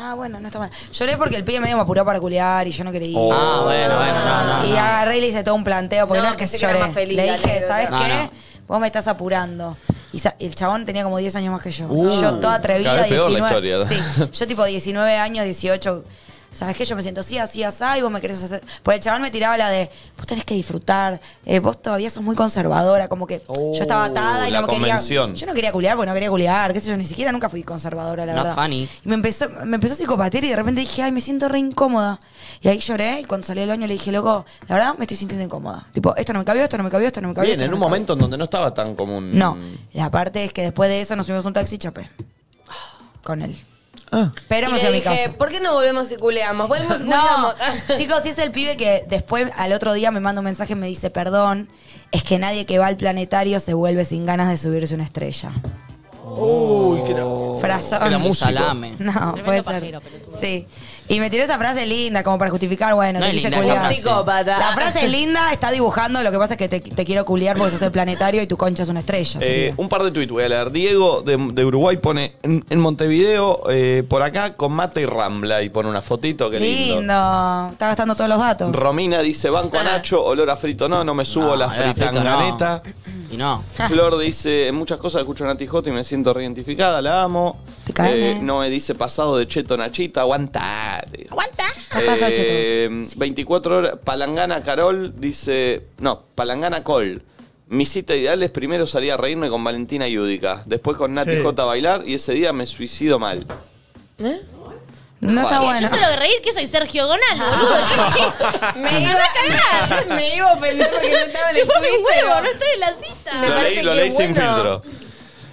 Speaker 3: Ah, bueno, no está mal. Lloré porque el pibe medio me apuró para culiar y yo no quería ir.
Speaker 16: Oh.
Speaker 2: Ah, bueno, bueno, no, no.
Speaker 3: y
Speaker 2: no.
Speaker 3: agarré y le hice todo un planteo, porque
Speaker 4: No,
Speaker 3: no, es que
Speaker 4: pensé que era
Speaker 3: lloré.
Speaker 4: más feliz
Speaker 3: le
Speaker 4: la
Speaker 3: dije,
Speaker 4: anécdota.
Speaker 3: ¿sabes
Speaker 2: No,
Speaker 3: qué?
Speaker 2: no.
Speaker 3: Vos me estás apurando. Y sa- el chabón tenía como 10 años más que yo.
Speaker 16: Uh,
Speaker 3: yo toda atrevida,
Speaker 16: cada vez peor la
Speaker 3: 19.
Speaker 16: historia.
Speaker 3: sí, yo tipo 19 años, 18. ¿Sabes qué? Yo me siento así, así, así, y vos me querés hacer. Pues el chabón me tiraba la de, vos tenés que disfrutar, eh, vos todavía sos muy conservadora, como que yo estaba atada y
Speaker 16: Oh, la
Speaker 3: no me quería.
Speaker 16: convención.
Speaker 3: Yo no quería culiar porque no quería culiar, qué sé yo, ni siquiera nunca fui conservadora, la
Speaker 2: Not
Speaker 3: verdad.
Speaker 2: funny.
Speaker 3: Y me empezó, me empezó a psicopatear y de repente dije, ay, me siento re incómoda. Y ahí lloré y cuando salí del baño le dije, loco, la verdad me estoy sintiendo incómoda. Tipo, esto no me cabió, esto no me cabió, esto no me cabió.
Speaker 1: Bien,
Speaker 3: esto no
Speaker 1: en un
Speaker 3: me
Speaker 1: momento Mm. en donde no estaba tan común.
Speaker 3: cabió". No, la parte es que después de eso nos subimos a un taxi y chapé. Con él. Pero
Speaker 4: Y
Speaker 3: me
Speaker 4: le
Speaker 3: fui a mi
Speaker 4: dije,
Speaker 3: casa.
Speaker 4: ¿por qué no volvemos y culeamos? Volvemos y
Speaker 3: No,
Speaker 4: culeamos.
Speaker 2: Ah,
Speaker 3: chicos, si es el pibe que después al otro día me manda un mensaje y me dice, perdón, es que nadie que va al planetario se vuelve sin ganas de subirse una estrella. Oh.
Speaker 1: Uy, que era.
Speaker 3: Frazón.
Speaker 1: Era músico.
Speaker 2: Salame.
Speaker 3: No, puede ser. Sí. Y me tiró esa frase linda como para justificar, bueno,
Speaker 2: No
Speaker 3: te
Speaker 2: es
Speaker 3: quise
Speaker 2: linda esa
Speaker 3: culiar.
Speaker 2: frase. Psicópata.
Speaker 3: La frase es linda, está dibujando, lo que pasa es que te, te quiero culiar porque sos el planetario y tu concha es una estrella.
Speaker 16: Eh,
Speaker 3: sería.
Speaker 16: un par de tuits voy a leer. Diego de, de Uruguay pone en, en Montevideo, eh, por acá, con mate y rambla. Y pone una fotito, qué lindo.
Speaker 3: lindo. Está gastando todos los datos.
Speaker 16: Romina dice, banco a Nacho, olor a frito. No, no me subo a la
Speaker 2: olor a frito,
Speaker 16: fritanganeta.
Speaker 2: Y no.
Speaker 16: Flor dice, en muchas cosas escucho a Nati Jota y me siento reidentificada, la amo. Eh, Noé dice, pasado de Cheto Nachita, aguantate.
Speaker 4: Aguanta.
Speaker 16: Eh, 24 horas, Palangana Carol dice, no, Palangana Col. Mi cita ideal es primero salir a reírme con Valentina Yudica, después con Nati
Speaker 5: Sí.
Speaker 16: Jota a bailar y ese día me suicido mal.
Speaker 3: No está
Speaker 16: Vale.
Speaker 3: bueno.
Speaker 7: Yo solo de reír que soy Sergio Gonal, boludo.
Speaker 4: Me iba a cagar. Me iba a ofender porque no estaba en el
Speaker 7: Chupame
Speaker 4: tweet,
Speaker 7: un huevo,
Speaker 4: pero-
Speaker 7: no estoy en la cita.
Speaker 4: Me
Speaker 16: Lo
Speaker 4: parece
Speaker 16: leí, lo
Speaker 4: que
Speaker 16: leí sin
Speaker 4: bueno.
Speaker 16: filtro.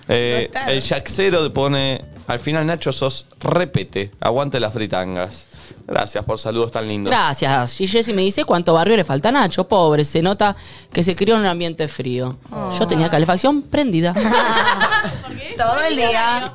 Speaker 16: Eh,
Speaker 4: No está.
Speaker 16: el Jaxero pone, al final Nacho sos repete, aguante las fritangas. Gracias por saludos tan lindos.
Speaker 2: Gracias. Y Jessy me dice cuánto barrio le falta a Nacho. Pobre, se nota que se crió en un ambiente frío.
Speaker 3: Oh.
Speaker 2: Yo tenía calefacción prendida.
Speaker 3: Todo el día.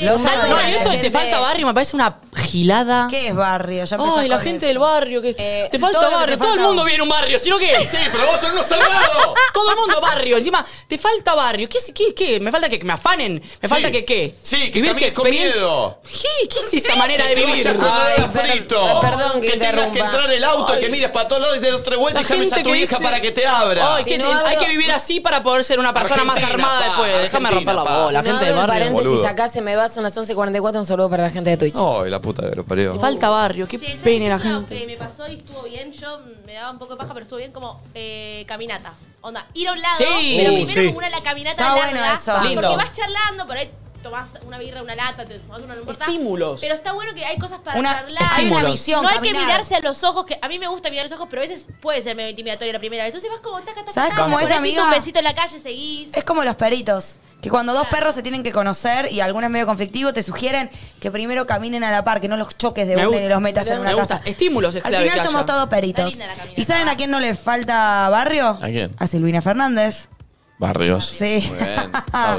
Speaker 3: Los
Speaker 2: Ah,
Speaker 3: amo
Speaker 2: no,
Speaker 3: a la
Speaker 2: eso de te
Speaker 3: gente.
Speaker 2: falta barrio me parece una gilada.
Speaker 3: ¿Qué es barrio? Ya empezás
Speaker 2: Ay, la
Speaker 3: con
Speaker 2: gente
Speaker 3: eso. Eh,
Speaker 2: del barrio. Que te falta
Speaker 3: todo lo que
Speaker 2: barrio.
Speaker 3: te
Speaker 2: Todo el
Speaker 3: falta-
Speaker 2: mundo viene a un barrio, ¿sino qué?
Speaker 1: Sí, pero vos sos unos salvados.
Speaker 2: Todo el mundo barrio. Encima, te falta barrio. ¿Qué? es- ¿Qué? qué? ¿Me falta que me afanen? ¿Me falta que qué?
Speaker 1: Sí, que
Speaker 2: Vivir
Speaker 1: camines
Speaker 2: qué
Speaker 1: con
Speaker 2: experiencia-
Speaker 1: miedo.
Speaker 2: ¿Qué? ¿Qué es esa manera de
Speaker 1: Que
Speaker 2: vivir?
Speaker 1: vayas con olor a
Speaker 2: Ay, per-
Speaker 1: frito.
Speaker 4: perdón que
Speaker 1: que tengas que
Speaker 4: interrumpa.
Speaker 1: entrar el auto,
Speaker 4: Ay.
Speaker 1: que mires para todos lados y de los tres vueltas y
Speaker 2: La
Speaker 1: llames a
Speaker 2: gente
Speaker 1: tu
Speaker 2: que
Speaker 1: hija
Speaker 2: dice-
Speaker 1: para que te abra.
Speaker 2: Ay,
Speaker 4: Si
Speaker 2: que
Speaker 4: no
Speaker 2: te-
Speaker 4: abro-
Speaker 2: hay que vivir así para poder ser una persona más
Speaker 1: Argentina,
Speaker 2: armada
Speaker 1: pa,
Speaker 2: después. Déjame
Speaker 1: Argentina,
Speaker 2: romper la
Speaker 1: pa.
Speaker 2: bola,
Speaker 4: Si no
Speaker 2: gente del
Speaker 4: abro el
Speaker 2: barrio.
Speaker 4: paréntesis
Speaker 16: Boludo.
Speaker 4: acá se me va, son las 11.44, un saludo para la gente de Twitch.
Speaker 2: Oh.
Speaker 16: Ay, la puta que lo parió.
Speaker 2: Te falta barrio. Qué
Speaker 7: Che, ¿sabes
Speaker 2: pene
Speaker 7: qué
Speaker 2: la
Speaker 7: es una-
Speaker 2: gente.
Speaker 7: eh, me pasó y estuvo bien. Yo me daba un poco de paja, pero estuvo bien como eh, caminata. Onda, ir a un lado,
Speaker 2: Sí.
Speaker 7: pero
Speaker 2: Uh,
Speaker 7: primero
Speaker 5: sí.
Speaker 7: como una la caminata
Speaker 3: Está
Speaker 7: larga.
Speaker 3: bueno eso.
Speaker 7: Porque
Speaker 2: Lindo.
Speaker 7: vas charlando, por ahí tomás una birra, una lata, te fumás una no importa.
Speaker 2: Estímulos.
Speaker 7: Pero está bueno que hay cosas para
Speaker 2: Una-
Speaker 7: charlar.
Speaker 2: hay una Estímulos. visión,
Speaker 7: no hay que
Speaker 2: caminar.
Speaker 7: mirarse a los ojos, que a mí me gusta mirar los ojos, pero a veces puede ser medio intimidatorio la primera vez. Entonces vas como taca, taca,
Speaker 3: ¿Sabes
Speaker 7: taca,
Speaker 3: cómo es,
Speaker 7: ponés
Speaker 3: amiga?
Speaker 7: Un besito en la calle, seguís.
Speaker 3: Es como los perritos. Que cuando dos perros se tienen que conocer y alguno es medio conflictivo, te sugieren que primero caminen a la par, que no los choques de
Speaker 2: Me
Speaker 3: uno
Speaker 2: gu-
Speaker 3: y los metas en
Speaker 2: me
Speaker 3: una
Speaker 2: gusta.
Speaker 3: casa.
Speaker 2: Estímulos es
Speaker 3: Al
Speaker 2: clave
Speaker 3: final
Speaker 2: que
Speaker 3: somos
Speaker 2: haya.
Speaker 3: todos peritos. ¿Y saben a quién no le falta barrio?
Speaker 16: ¿A quién?
Speaker 3: A Silvina Fernández.
Speaker 16: Barrios.
Speaker 3: Sí.
Speaker 16: Muy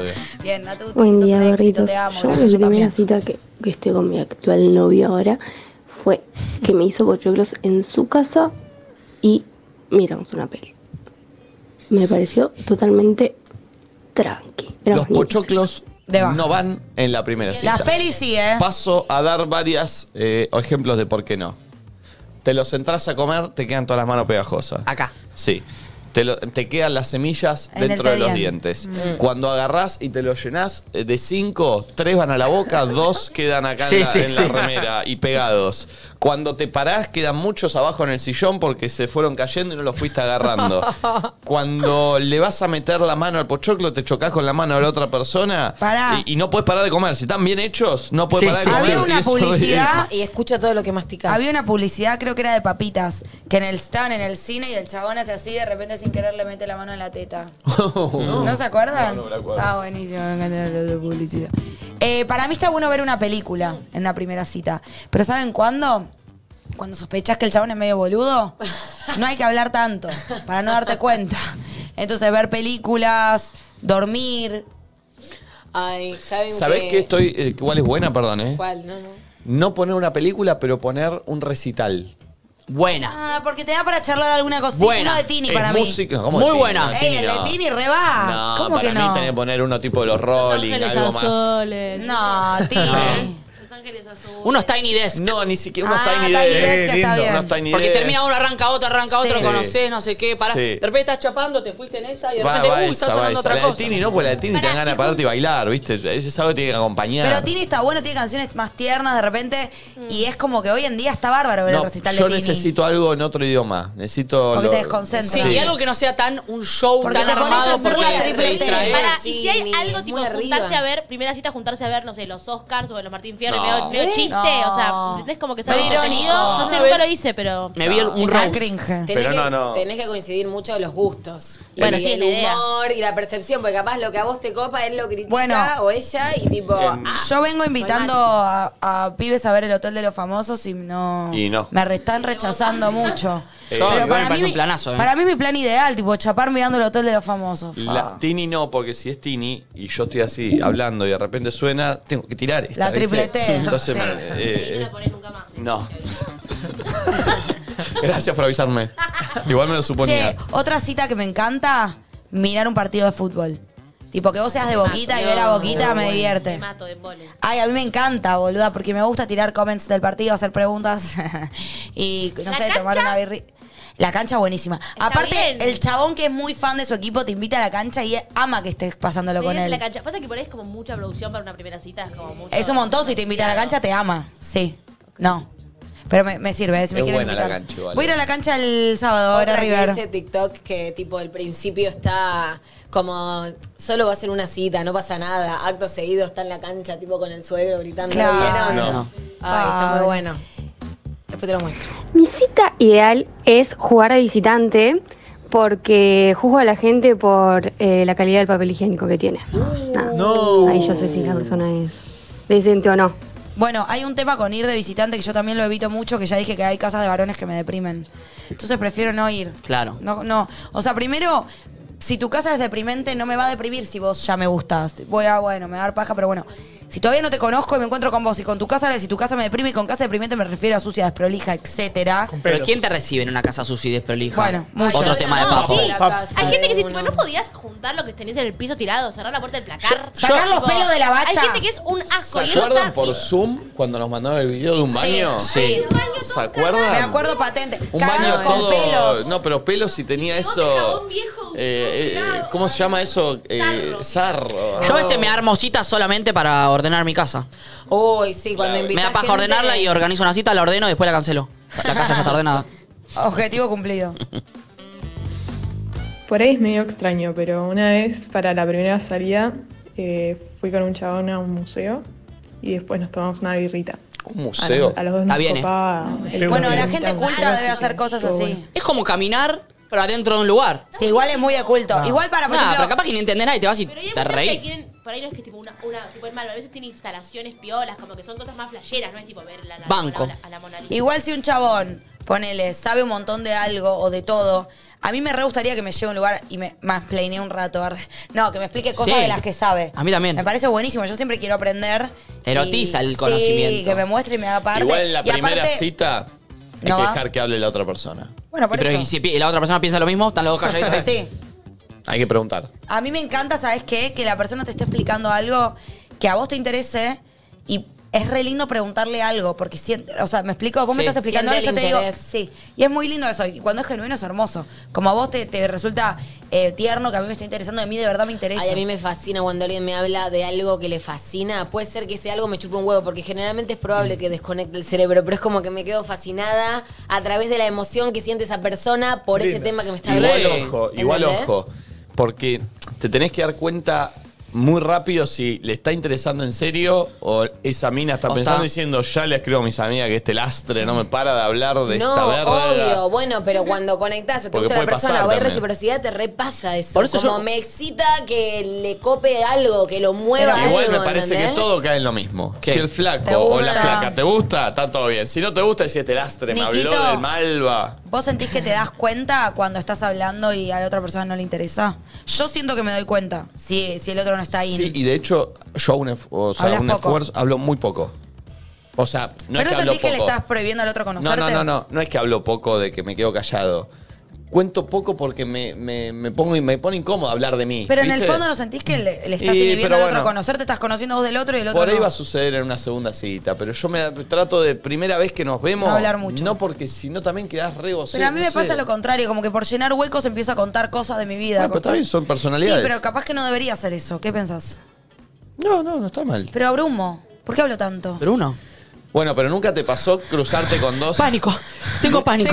Speaker 16: bien, obvio.
Speaker 3: Bien, Natu,
Speaker 17: Buen
Speaker 3: sos
Speaker 17: día,
Speaker 3: un éxito,
Speaker 17: gorditos.
Speaker 3: te amo.
Speaker 17: Yo
Speaker 3: gracias,
Speaker 17: mi
Speaker 3: yo
Speaker 17: primera
Speaker 3: también.
Speaker 17: cita que, que estoy con mi actual novio ahora fue que me hizo pochoclos en su casa y miramos una peli. Me pareció totalmente tranqui. Era
Speaker 1: Los
Speaker 17: buenísimo.
Speaker 1: pochoclos
Speaker 17: De baja.
Speaker 1: no van en la primera cita.
Speaker 3: Las pelis sí, ¿eh?
Speaker 1: Paso a dar varias eh, ejemplos de por qué no. Te los entras a comer, te quedan todas las manos pegajosas.
Speaker 2: Acá.
Speaker 1: Sí. Te, lo- te quedan las semillas
Speaker 2: En el
Speaker 1: dentro de los
Speaker 2: tediente.
Speaker 1: dientes.
Speaker 2: Mm.
Speaker 1: Cuando agarrás y te lo llenás, eh, de cinco, tres van a la boca, dos quedan acá
Speaker 2: Sí,
Speaker 1: en, la,
Speaker 2: sí,
Speaker 1: en la
Speaker 2: sí.
Speaker 1: remera y pegados. Cuando te parás, quedan muchos abajo en el sillón porque se fueron cayendo y no los fuiste agarrando. Cuando le vas a meter la mano al pochoclo, te chocás con la mano a la otra persona
Speaker 3: Pará.
Speaker 1: Y, y no puedes parar de comer. Si están bien hechos, no puedes
Speaker 3: Sí,
Speaker 1: parar
Speaker 3: sí,
Speaker 1: de
Speaker 3: sí.
Speaker 1: comer.
Speaker 3: Había una
Speaker 1: Y eso es-
Speaker 3: publicidad-
Speaker 4: Ah, Y escucho todo lo que masticás.
Speaker 3: Había una publicidad, creo que era de papitas, que en el, estaban en el cine y el chabón hace así, de repente sin querer le mete la mano en la teta. ¿No, se acuerdan?
Speaker 4: No, no me acuerdo.
Speaker 3: Ah, buenísimo, me encanta hablar de publicidad. Eh, para mí está bueno ver una película en una primera cita. Pero ¿saben cuándo? Cuando sospechás que el chabón es medio boludo, no hay que hablar tanto para no darte cuenta. Entonces, ver películas, dormir.
Speaker 4: Ay, ¿saben
Speaker 1: ¿Sabés qué estoy? eh, ¿Cuál es buena? Perdón, ¿eh?
Speaker 4: ¿Cuál? No, no.
Speaker 1: No poner una película, pero poner un recital.
Speaker 2: Buena.
Speaker 3: Ah, porque te da para charlar alguna cosita.
Speaker 1: Buena.
Speaker 3: Uno de Tini
Speaker 1: Es
Speaker 3: para mí.
Speaker 1: música, ¿cómo Muy Tini? buena. No,
Speaker 3: Ey,
Speaker 1: Tini
Speaker 3: el de
Speaker 1: no.
Speaker 3: Tini reba.
Speaker 1: No,
Speaker 3: ¿Cómo
Speaker 1: para
Speaker 3: que
Speaker 1: mí
Speaker 3: no?
Speaker 1: tenés que poner uno tipo de los Rolling, algo más.
Speaker 3: No, Tini.
Speaker 2: Unos Tiny Desk.
Speaker 1: No, ni siquiera
Speaker 2: unos
Speaker 1: Tiny Desk. Eh, está bien. Unos Tiny
Speaker 2: Porque
Speaker 1: Desk.
Speaker 2: termina uno, arranca otro, arranca
Speaker 1: Sí.
Speaker 2: otro,
Speaker 1: Sí.
Speaker 2: conocés, no sé qué. Pará.
Speaker 1: Sí.
Speaker 2: De repente estás chapando, te fuiste en esa y de
Speaker 1: Va,
Speaker 2: repente,
Speaker 1: va
Speaker 2: uy,
Speaker 1: esa,
Speaker 2: está
Speaker 1: va
Speaker 2: sonando
Speaker 1: esa.
Speaker 2: otra
Speaker 1: la
Speaker 2: cosa.
Speaker 1: de Tini no, porque la de Tini te dan ganas de pararte y bailar, ¿viste? Eso es algo que tiene que acompañar.
Speaker 3: Pero Tini está bueno, tiene canciones más tiernas de repente. Y es como que hoy en día está bárbaro ver
Speaker 1: No,
Speaker 3: el recital
Speaker 1: yo
Speaker 3: de Tini.
Speaker 1: necesito algo en otro idioma. Necesito.
Speaker 3: Porque
Speaker 1: lo-
Speaker 3: te desconcentra.
Speaker 2: Sí, y algo que no sea tan un show
Speaker 3: Porque
Speaker 2: tan
Speaker 3: te pones a
Speaker 2: armado
Speaker 3: hacer
Speaker 2: porque
Speaker 3: la triple
Speaker 2: te
Speaker 3: T.
Speaker 2: distraes.
Speaker 7: Pará, y
Speaker 4: Sí,
Speaker 7: si hay
Speaker 4: ni-
Speaker 7: algo
Speaker 4: muy
Speaker 7: tipo
Speaker 4: arriba.
Speaker 7: juntarse a ver, primera cita juntarse a ver, no sé, los Oscars o los Martín Fierro,
Speaker 2: No.
Speaker 7: medio, medio
Speaker 2: ¿Eh?
Speaker 7: chiste,
Speaker 2: No.
Speaker 7: o sea, ¿entendés como que sea
Speaker 2: Pero
Speaker 7: entretenido?
Speaker 2: irónico.
Speaker 7: Yo sé,
Speaker 2: Una
Speaker 7: nunca
Speaker 2: vez-
Speaker 7: lo hice, pero...
Speaker 2: Me vi el- un
Speaker 4: Ah,
Speaker 2: roast.
Speaker 4: Tenés
Speaker 2: Pero
Speaker 4: que,
Speaker 2: no, no.
Speaker 4: Tenés que coincidir mucho de los gustos. Y
Speaker 7: Bueno, sí, es
Speaker 4: el
Speaker 7: la idea.
Speaker 4: humor y la percepción, porque capaz lo que a vos te copa, él lo critica
Speaker 3: Bueno.
Speaker 4: o ella y tipo. ah,
Speaker 3: Yo vengo
Speaker 4: soy
Speaker 3: invitando
Speaker 4: macho.
Speaker 3: a, a pibes a ver el Hotel de los Famosos y no.
Speaker 2: Y no.
Speaker 3: Me re- están rechazando mucho.
Speaker 1: Eh,
Speaker 2: Yo,
Speaker 1: Pero
Speaker 2: igual me
Speaker 1: para
Speaker 2: parece
Speaker 1: mí-
Speaker 2: un planazo, ¿eh?
Speaker 3: Para mí es mi plan ideal, tipo chapar mirando el Hotel de los Famosos. Fa.
Speaker 1: La, Tini no, porque si es Tini y yo estoy así hablando y de repente suena, tengo que tirar esta,
Speaker 3: La triple
Speaker 1: ¿viste?
Speaker 3: T,
Speaker 1: Entonces,
Speaker 3: sí.
Speaker 1: me- eh, eh, no. Gracias por avisarme. Igual me lo suponía.
Speaker 3: Che, otra cita que me encanta, mirar un partido de fútbol. Tipo, que vos seas de boquita y ver a boquita me divierte.
Speaker 7: Me mato de vole.
Speaker 3: Ay, a mí me encanta, boluda, porque me gusta tirar comments del partido, hacer preguntas y, no
Speaker 7: ¿La
Speaker 3: sé, tomar
Speaker 7: cancha?
Speaker 3: una birri. La cancha buenísima. Aparte, el chabón que es muy fan de su equipo te invita a la cancha y ama que estés pasándolo
Speaker 7: Me
Speaker 3: con
Speaker 7: divierte
Speaker 3: él.
Speaker 7: la cancha. Pasa que por ahí es como mucha producción para una primera cita, es como mucho...
Speaker 3: Es un montón, si te invita a la cancha te ama. Sí. No. Pero me, me sirve, si me
Speaker 1: Es
Speaker 3: quieren
Speaker 1: buena
Speaker 3: invitar.
Speaker 1: la cancha, igual.
Speaker 3: Voy a ir a la cancha el sábado, ahora
Speaker 4: Otra que
Speaker 3: River.
Speaker 4: dice TikTok que tipo el principio está como solo va a ser una cita, no pasa nada. Acto seguido está en la cancha, tipo con el suegro gritando. ¿lo
Speaker 3: Claro.
Speaker 4: vieron?
Speaker 3: No.
Speaker 4: Ay, está
Speaker 3: Ay.
Speaker 4: muy bueno. Después te lo muestro.
Speaker 17: Mi cita ideal es jugar a visitante porque juzgo a la gente por eh, la calidad del papel higiénico que tiene. Nada. Ahí yo sé si la persona es decente o no.
Speaker 3: Bueno, hay un tema con ir de visitante que yo también lo evito mucho, que ya dije que hay casas de varones que me deprimen. Entonces prefiero no ir.
Speaker 2: Claro.
Speaker 3: No, no. O sea, primero, si tu casa es deprimente, no me va a deprimir si vos ya me gustas. Voy a, bueno, me va a dar paja, pero bueno. Si todavía no te conozco y me encuentro con vos y con tu casa, si tu casa me deprime y con casa deprimente me refiero a sucia, desprolija, etcétera.
Speaker 2: Pero ¿quién te recibe en una casa sucia y desprolija?
Speaker 3: Bueno, mucho.
Speaker 2: Otro
Speaker 3: Ay,
Speaker 2: tema de
Speaker 3: no,
Speaker 2: papo.
Speaker 3: sí.
Speaker 2: Papo.
Speaker 7: Hay gente que si tipo, no podías juntar lo que tenías en el piso tirado, cerrar la puerta del placar.
Speaker 3: Yo- Sacar los
Speaker 7: Tipo,
Speaker 3: pelos de la bacha.
Speaker 7: Hay gente que es un asco.
Speaker 1: ¿Se
Speaker 7: Y eso
Speaker 1: acuerdan
Speaker 7: está...
Speaker 1: por Zoom cuando nos mandaron el video de un
Speaker 3: Sí,
Speaker 1: baño?
Speaker 3: sí.
Speaker 1: ¿Se acuerdan?
Speaker 3: Me acuerdo patente.
Speaker 1: Un
Speaker 3: Cagado
Speaker 1: baño
Speaker 3: con
Speaker 1: todo.
Speaker 3: pelos.
Speaker 1: No, pero pelos y tenía eso. eh, eh, ¿Cómo se llama eso? Eh, zarro.
Speaker 2: Yo a veces me armo citas solamente para ordenar mi casa.
Speaker 4: Uy, sí, cuando
Speaker 2: Me
Speaker 4: invitás
Speaker 2: da paja
Speaker 4: gente-
Speaker 2: ordenarla y organizo una cita, la ordeno y después la cancelo. La casa ya está ordenada.
Speaker 3: Objetivo cumplido.
Speaker 8: Por ahí es medio extraño, pero una vez para la primera salida eh, fui con un chabón a un museo y después nos tomamos una birrita.
Speaker 1: ¿Un museo?
Speaker 8: A, los- a los dos nos
Speaker 2: Está bien, eh.
Speaker 13: Ah,
Speaker 8: copaba el
Speaker 3: Bueno,
Speaker 8: coso
Speaker 3: la
Speaker 8: que
Speaker 3: gente
Speaker 8: pintamos.
Speaker 3: culta debe hacer cosas
Speaker 8: Estuvo
Speaker 3: así.
Speaker 2: Es como caminar, pero adentro de un lugar.
Speaker 3: Sí, igual es muy oculto. Igual para, por
Speaker 2: Nah,
Speaker 3: ejemplo-
Speaker 2: pero capaz que ni entendés nada y te vas y
Speaker 7: Pero hay
Speaker 2: te
Speaker 7: museos que
Speaker 2: reís.
Speaker 7: tienen, por ahí no es que es tipo una, una tipo el malo, a veces tiene instalaciones piolas, como que son cosas más flasheras, no es tipo ver la, la-
Speaker 3: Banco.
Speaker 7: la- la- a la Mona Lisa.
Speaker 3: Igual si un chabón, ponele, sabe un montón de algo o de todo, a mí me re gustaría que me lleve a un lugar y me mansplainé un rato. arre. No, que me explique cosas
Speaker 2: Sí.
Speaker 3: de las que sabe.
Speaker 2: A mí también.
Speaker 3: Me parece buenísimo, yo siempre quiero aprender. y-
Speaker 2: Erotiza el
Speaker 3: sí,
Speaker 2: conocimiento.
Speaker 3: que me muestre y me haga parte.
Speaker 1: Igual en la
Speaker 3: Y
Speaker 1: primera
Speaker 3: aparte-
Speaker 1: cita hay
Speaker 3: No
Speaker 1: que
Speaker 3: va.
Speaker 1: dejar que hable la otra persona.
Speaker 3: Bueno, por
Speaker 2: pero
Speaker 3: eso.
Speaker 2: y si pi- la otra persona piensa lo mismo, están los dos calladitos
Speaker 3: Sí.
Speaker 2: ahí.
Speaker 1: Hay que preguntar.
Speaker 3: A mí me encanta, ¿sabes qué? Que la persona te esté explicando algo que a vos te interese y es re lindo preguntarle algo, porque siente, o sea, me explico, vos me
Speaker 4: Sí.
Speaker 3: estás explicando algo,
Speaker 4: Siente el
Speaker 3: yo te digo,
Speaker 4: interés.
Speaker 3: sí. Y es muy lindo eso, y cuando es genuino es hermoso. Como a vos te, te resulta eh, tierno, que a mí me está interesando, a mí de verdad me interesa.
Speaker 4: Ay, a mí me fascina cuando alguien me habla de algo que le fascina. Puede ser que ese algo me chupe un huevo, porque generalmente es probable que desconecte el cerebro, pero es como que me quedo fascinada a través de la emoción que siente esa persona por ese
Speaker 1: Lindo.
Speaker 4: tema que me está hablando.
Speaker 1: Igual ojo, igual
Speaker 4: ¿Entendés?
Speaker 1: ojo. Porque te tenés que dar cuenta muy rápido si le está interesando en serio o esa mina está
Speaker 2: O
Speaker 1: pensando
Speaker 2: está.
Speaker 1: diciendo, ya le escribo a mis amigas que este lastre no me para de hablar de
Speaker 4: No,
Speaker 1: esta verga.
Speaker 4: obvio, bueno, pero cuando conectás o te
Speaker 1: Porque
Speaker 4: gusta la
Speaker 1: puede
Speaker 4: persona
Speaker 1: pasar
Speaker 4: o hay
Speaker 1: también.
Speaker 4: reciprocidad, te repasa eso.
Speaker 2: Por eso
Speaker 4: como
Speaker 2: yo-
Speaker 4: me excita que le cope algo, que lo mueva
Speaker 1: Pero igual
Speaker 4: algo,
Speaker 1: me parece
Speaker 4: ¿entendés?
Speaker 1: que todo cae en lo mismo. Si el
Speaker 3: ¿Te
Speaker 1: flaco o la
Speaker 3: gusta?
Speaker 1: flaca te gusta, está todo bien. Si no te gusta, si este lastre me
Speaker 3: Niquito.
Speaker 1: habló del malva.
Speaker 3: ¿Vos sentís que te das cuenta cuando estás hablando y a la otra persona no le interesa? Yo siento que me doy cuenta si, si el otro no está ahí.
Speaker 1: Sí, y de hecho, yo hago un, ef- o sea,
Speaker 3: Hablas
Speaker 1: un
Speaker 3: poco.
Speaker 1: esfuerzo, hablo muy poco. O sea, no
Speaker 3: ¿Pero
Speaker 1: es que
Speaker 3: no
Speaker 1: hablo
Speaker 3: sentís
Speaker 1: poco.
Speaker 3: que le estás prohibiendo al otro
Speaker 1: no,
Speaker 3: conocerte?
Speaker 1: no, no, no, no es que hablo poco de que me quedo callado. Cuento poco porque me, me, me pongo y me pone incómodo hablar de mí.
Speaker 3: Pero en el
Speaker 1: ¿viste?
Speaker 3: fondo no sentís que le, le estás
Speaker 1: Y,
Speaker 3: inhibiendo
Speaker 1: pero
Speaker 3: al otro
Speaker 1: bueno.
Speaker 3: a conocerte, estás conociendo vos del otro y el otro
Speaker 1: Por ahí
Speaker 3: no.
Speaker 1: va a suceder en una segunda cita, pero yo me trato de primera vez que nos vemos.
Speaker 3: No hablar mucho.
Speaker 1: No porque si no también quedás re vocero,
Speaker 3: Pero a mí
Speaker 1: no
Speaker 3: me
Speaker 1: sé.
Speaker 3: pasa lo contrario, como que por llenar huecos empiezo a contar cosas de mi vida.
Speaker 1: Bueno, pero está bien, son personalidades.
Speaker 3: Sí, pero capaz que no debería hacer eso. ¿Qué pensás?
Speaker 1: No, no, no está mal.
Speaker 3: Pero abrumo. ¿Por qué hablo tanto?
Speaker 2: Bruno.
Speaker 1: Bueno, pero nunca te pasó cruzarte con dos.
Speaker 2: Pánico. Tengo pánico.